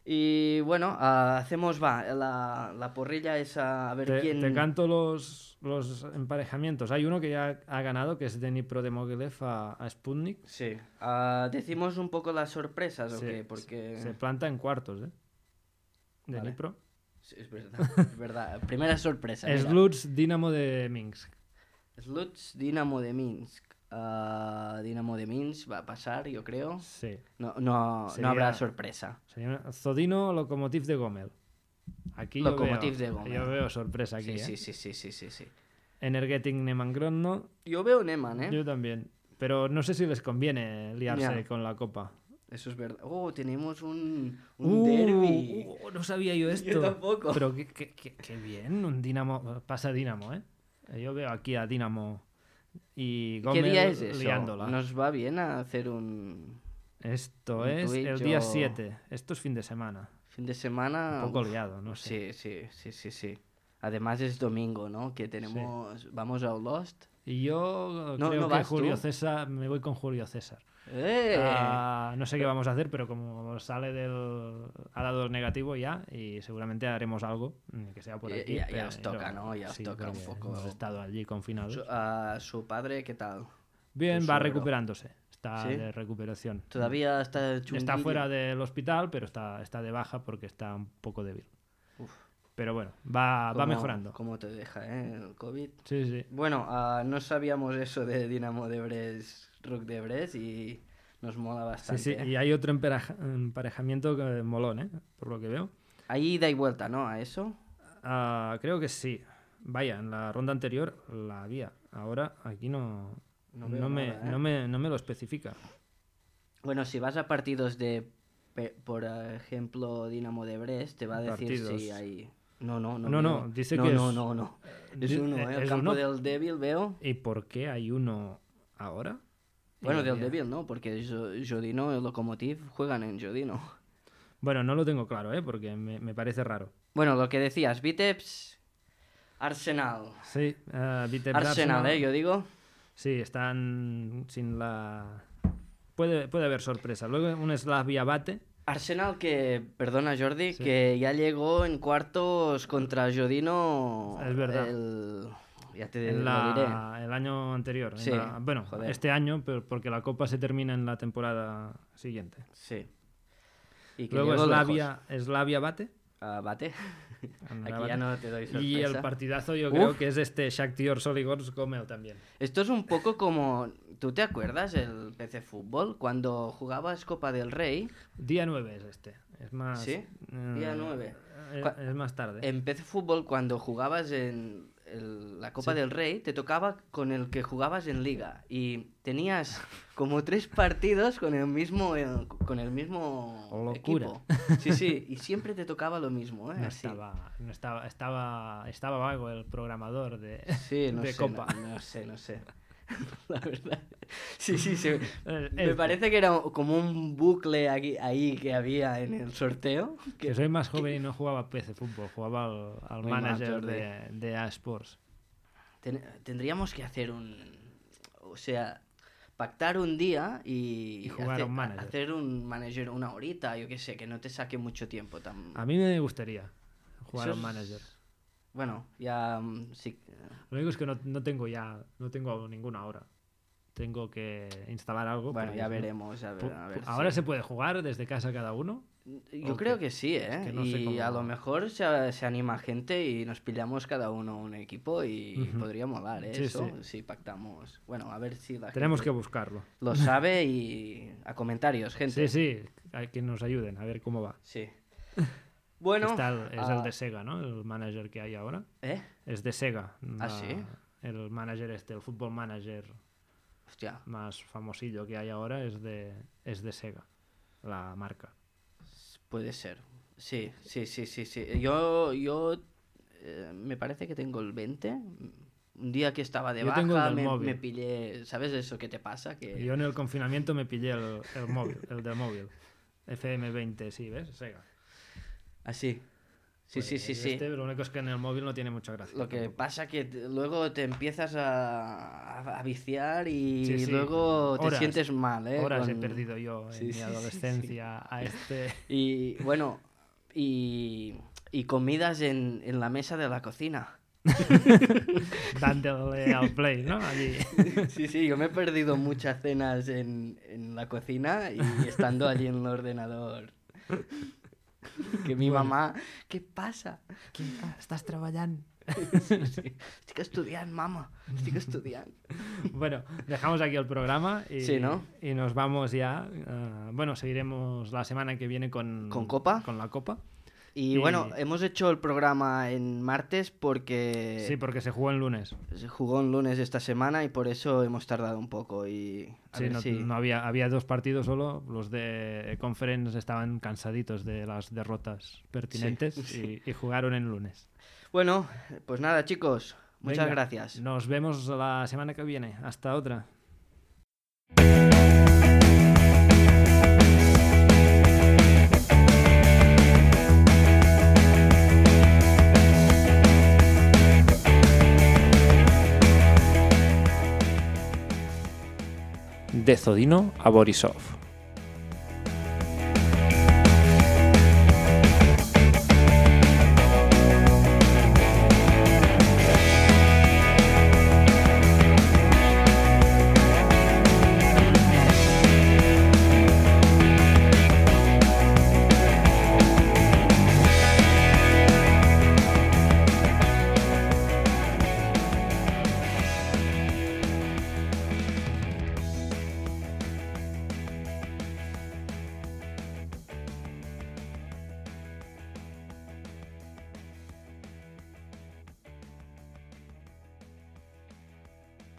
S3: Y bueno, ah, hacemos, va, la, la porrilla es a ver
S2: Te,
S3: quién...
S2: te canto los, los emparejamientos. Hay uno que ya ha ganado, que es Dnipro de Mogilev a, a Sputnik.
S3: Sí. Ah, decimos un poco las sorpresas, ¿o
S2: Se-
S3: qué? Porque...
S2: Se planta en cuartos, ¿eh?
S3: Vale.
S2: Dnipro.
S3: Sí, es verdad, es verdad. Primera sorpresa. mira.
S2: Sluts Dinamo de Minsk.
S3: Sluts, Dinamo de Minsk. Ah, Dinamo de Minsk va a pasar, yo creo.
S2: Sí.
S3: No, no,
S2: Sería-
S3: no habrá sorpresa.
S2: Señora- Zodino Lokomotiv de Gomel. Aquí yo
S3: Lokomotiv
S2: veo-
S3: de Gomel.
S2: Yo veo sorpresa aquí.
S3: Sí,
S2: ¿eh?
S3: sí, sí, sí, sí, sí, sí.
S2: Energetic Nemangrodno.
S3: Yo veo Neman, ¿eh?
S2: Yo también. Pero no sé si les conviene liarse
S3: Ya.
S2: con la copa.
S3: Eso es verdad. Oh, tenemos un, un
S2: Uh,
S3: derby.
S2: uh, no sabía yo esto.
S3: tampoco.
S2: Pero qué, qué- qué- qué bien, un Dinamo. Pasa Dinamo, ¿eh? Yo veo aquí a Dinamo y
S3: ¿Qué
S2: Gómez
S3: día es eso?
S2: liándola.
S3: Nos va bien a hacer un
S2: Esto
S3: Un
S2: es
S3: Twitch
S2: el día
S3: o-
S2: 7. Esto es fin de semana.
S3: fin de semana.
S2: Un poco
S3: Ah, Uf,
S2: liado, no sé.
S3: Sí, sí, sí, sí, sí. Además es domingo, ¿no? Que tenemos... Vamos a Lost.
S2: Y yo
S3: No,
S2: creo
S3: ¿no
S2: que
S3: vas tú?
S2: Julio César. Me voy con Julio César.
S3: ¡Eh!
S2: Ah, no sé qué vamos a hacer, pero como sale del. Ha dado negativo ya, y seguramente haremos algo, mm, que sea por
S3: Ya-
S2: aquí.
S3: ya- ya
S2: pero-
S3: os toca, ¿no? Ya os toca un
S2: porque
S3: poco.
S2: Hemos estado allí confinados.
S3: Su, a su padre, ¿qué tal?
S2: Bien,
S3: Pues
S2: va
S3: seguro.
S2: recuperándose. Está
S3: ¿Sí?
S2: de recuperación. Mm.
S3: Todavía está chunguillo.
S2: Está fuera del hospital, pero está, está de baja porque está un poco débil.
S3: Uf.
S2: Pero bueno, va, va
S3: ¿Cómo-
S2: mejorando.
S3: ¿Cómo te deja, eh? El COVID.
S2: Sí, sí.
S3: Bueno, ah, no sabíamos eso de Dinamo de Brest, Rook de Brest, y nos mola
S2: Sí,
S3: bastante.
S2: sí.
S3: ¿eh?
S2: Y hay otro empareja- emparejamiento que- molón, ¿eh? Por lo que veo.
S3: Hay ida y vuelta, ¿no? A eso.
S2: Ah, creo que sí. Vaya, en la ronda anterior la había. Ahora aquí no. No,
S3: veo
S2: me,
S3: nada, ¿eh?
S2: no, me, no me lo especifica.
S3: Bueno, si vas a partidos de, pe- por ejemplo, Dinamo de Brest, te va a decir
S2: Partidos.
S3: si hay... No, no, no.
S2: No, no,
S3: veo.
S2: dice
S3: no,
S2: que
S3: No,
S2: es-
S3: no, no. Es
S2: Di-
S3: uno,
S2: eh,
S3: ¿eh? El
S2: es
S3: campo
S2: uno.
S3: del débil veo.
S2: ¿Y por qué hay uno ahora?
S3: Bueno,
S2: Eh,
S3: del débil no, porque Jo- Jodino y Lokomotiv juegan en Jodino.
S2: Bueno, no lo tengo claro, ¿eh? Porque me, me parece raro.
S3: Bueno, lo que decías, Vitebs, Arsenal.
S2: Sí, eh, Vitesse de
S3: Arsenal,
S2: Arsenal.
S3: ¿eh? Yo digo.
S2: Sí, están sin la... Puede, puede haber sorpresa. Luego un Slavia Bate.
S3: Arsenal que, perdona Jordi,
S2: Sí.
S3: que ya llegó en cuartos contra Jodino.
S2: Es verdad.
S3: el- Ya te
S2: en
S3: lo
S2: la-
S3: diré.
S2: el año anterior. en
S3: Sí,
S2: la- bueno,
S3: joder.
S2: este año, pero porque la Copa se termina en la temporada siguiente.
S3: Sí. Y
S2: Luego
S3: llegó
S2: Slavia, Slavia Bate.
S3: lejos. Ah, bate.
S2: Andrá
S3: Aquí
S2: Bate.
S3: ya no te doy sorpresa.
S2: Y el partidazo yo
S3: Uf.
S2: creo que es este Shakhtar Soligorsk Gomel también.
S3: Esto es un poco como. ¿Tú te acuerdas el PC Fútbol? Cuando jugabas Copa del Rey,
S2: Día 9 es este. Es más
S3: ¿Sí? Día
S2: eh,
S3: nueve.
S2: eh,
S3: Cua-
S2: Es, más tarde.
S3: en PC Fútbol, cuando jugabas en el- la Copa del Rey, te tocaba con el que jugabas en Liga. Y tenías como tres partidos con el mismo, eh, con el mismo
S2: Oh, Locura.
S3: equipo. Sí, sí. Y siempre te tocaba lo mismo, ¿eh?
S2: no
S3: Así.
S2: estaba, no estaba, estaba, estaba vago el programador de,
S3: Sí, no
S2: de
S3: sé,
S2: Copa.
S3: No, no sé, no sé. La verdad. Sí, sí, sí.
S2: Eh,
S3: Me
S2: este.
S3: parece que era como un bucle aquí, ahí que había en el sorteo.
S2: Que soy más joven y no jugaba PC Fútbol, jugaba al, al
S3: Muy mal,
S2: manager
S3: Jordi.
S2: de, de A Sports.
S3: Ten- tendríamos que hacer un. O sea, pactar un día y.
S2: Y jugar a
S3: hacer,
S2: un manager.
S3: hacer un manager una horita, yo qué sé, que no te saque mucho tiempo. Tan...
S2: A mí me gustaría jugar
S3: Eso
S2: al
S3: es-
S2: manager.
S3: Bueno, ya. mm, Sí,
S2: Lo único es que no, no tengo ya, no tengo ninguna hora. Tengo que instalar algo.
S3: bueno,
S2: porque
S3: ya
S2: es-
S3: veremos. A ver,
S2: Pu-
S3: a ver
S2: pu- Ahora
S3: si-
S2: se puede jugar desde casa cada uno.
S3: Yo
S2: Ok.
S3: creo que sí, ¿eh?
S2: que no sé
S3: y
S2: cómo-
S3: a lo mejor se, se anima gente y nos pillamos cada uno un equipo y
S2: Ujú.
S3: podría molar, ¿eh?
S2: Sí,
S3: Eso,
S2: sí.
S3: si pactamos. Bueno, a ver si la
S2: Tenemos que
S3: gente
S2: buscarlo.
S3: lo sabe y a comentarios, gente.
S2: Sí, sí, hay que nos ayuden a ver cómo va.
S3: Sí. Bueno,
S2: Está el- es
S3: ah,
S2: el de Sega, ¿no? El manager que hay ahora.
S3: ¿eh?
S2: Es de Sega. la-
S3: Ah, sí?
S2: El manager este, el fútbol manager
S3: Hostia,
S2: más famosillo que hay ahora es de, es de Sega, la marca.
S3: puede ser. Sí, sí, sí, sí, sí. Yo, yo eh, me parece que tengo el 20. Un día que estaba de
S2: Yo
S3: baja,
S2: tengo el del
S3: me,
S2: móvil.
S3: me pillé. ¿Sabes eso que te pasa? Que...
S2: Yo en el confinamiento me pillé el, el móvil, el del móvil. FM20, sí, ¿ves? Sega.
S3: Así. Sí, sí,
S2: Pues
S3: sí, sí.
S2: este, lo único es que en el móvil no tiene mucha gracia.
S3: Lo que
S2: tampoco.
S3: pasa que te- luego te empiezas a, a- a viciar y
S2: Sí, sí.
S3: luego te
S2: Horas.
S3: sientes mal, ¿eh?
S2: Horas he
S3: Con-
S2: perdido yo en
S3: Sí,
S2: mi
S3: sí, sí, sí.
S2: adolescencia a este...
S3: Y bueno, y, y comidas en, en la mesa de la cocina.
S2: dándole al play, ¿no? Allí.
S3: Sí, sí, yo me he perdido muchas cenas en, en la cocina y estando allí en el ordenador. Que mi mamá, ¿qué pasa?
S2: Estás trabajando.
S3: Sí, sí. Estic estudiant, mamá. Estic estudiant.
S2: Bueno, dejamos aquí el programa y,
S3: Sí, ¿no?
S2: y nos vamos ya. eh, bueno, seguiremos la semana que viene con,
S3: ¿Con copa?
S2: Con la copa.
S3: Y
S2: Y-
S3: bueno, hemos hecho el programa en martes porque
S2: Sí, porque se jugó el lunes.
S3: se jugó un lunes esta semana y por eso hemos tardado un poco. Y a
S2: Sí,
S3: ver
S2: no,
S3: si-
S2: no había, había dos partidos solo. Los de Conference estaban cansaditos de las derrotas pertinentes y, y jugaron el lunes.
S3: Bueno, pues nada, chicos. Muchas
S2: Venga,
S3: gracias.
S2: Nos vemos la semana que viene. Hasta otra.
S1: De Zodino a Borisov.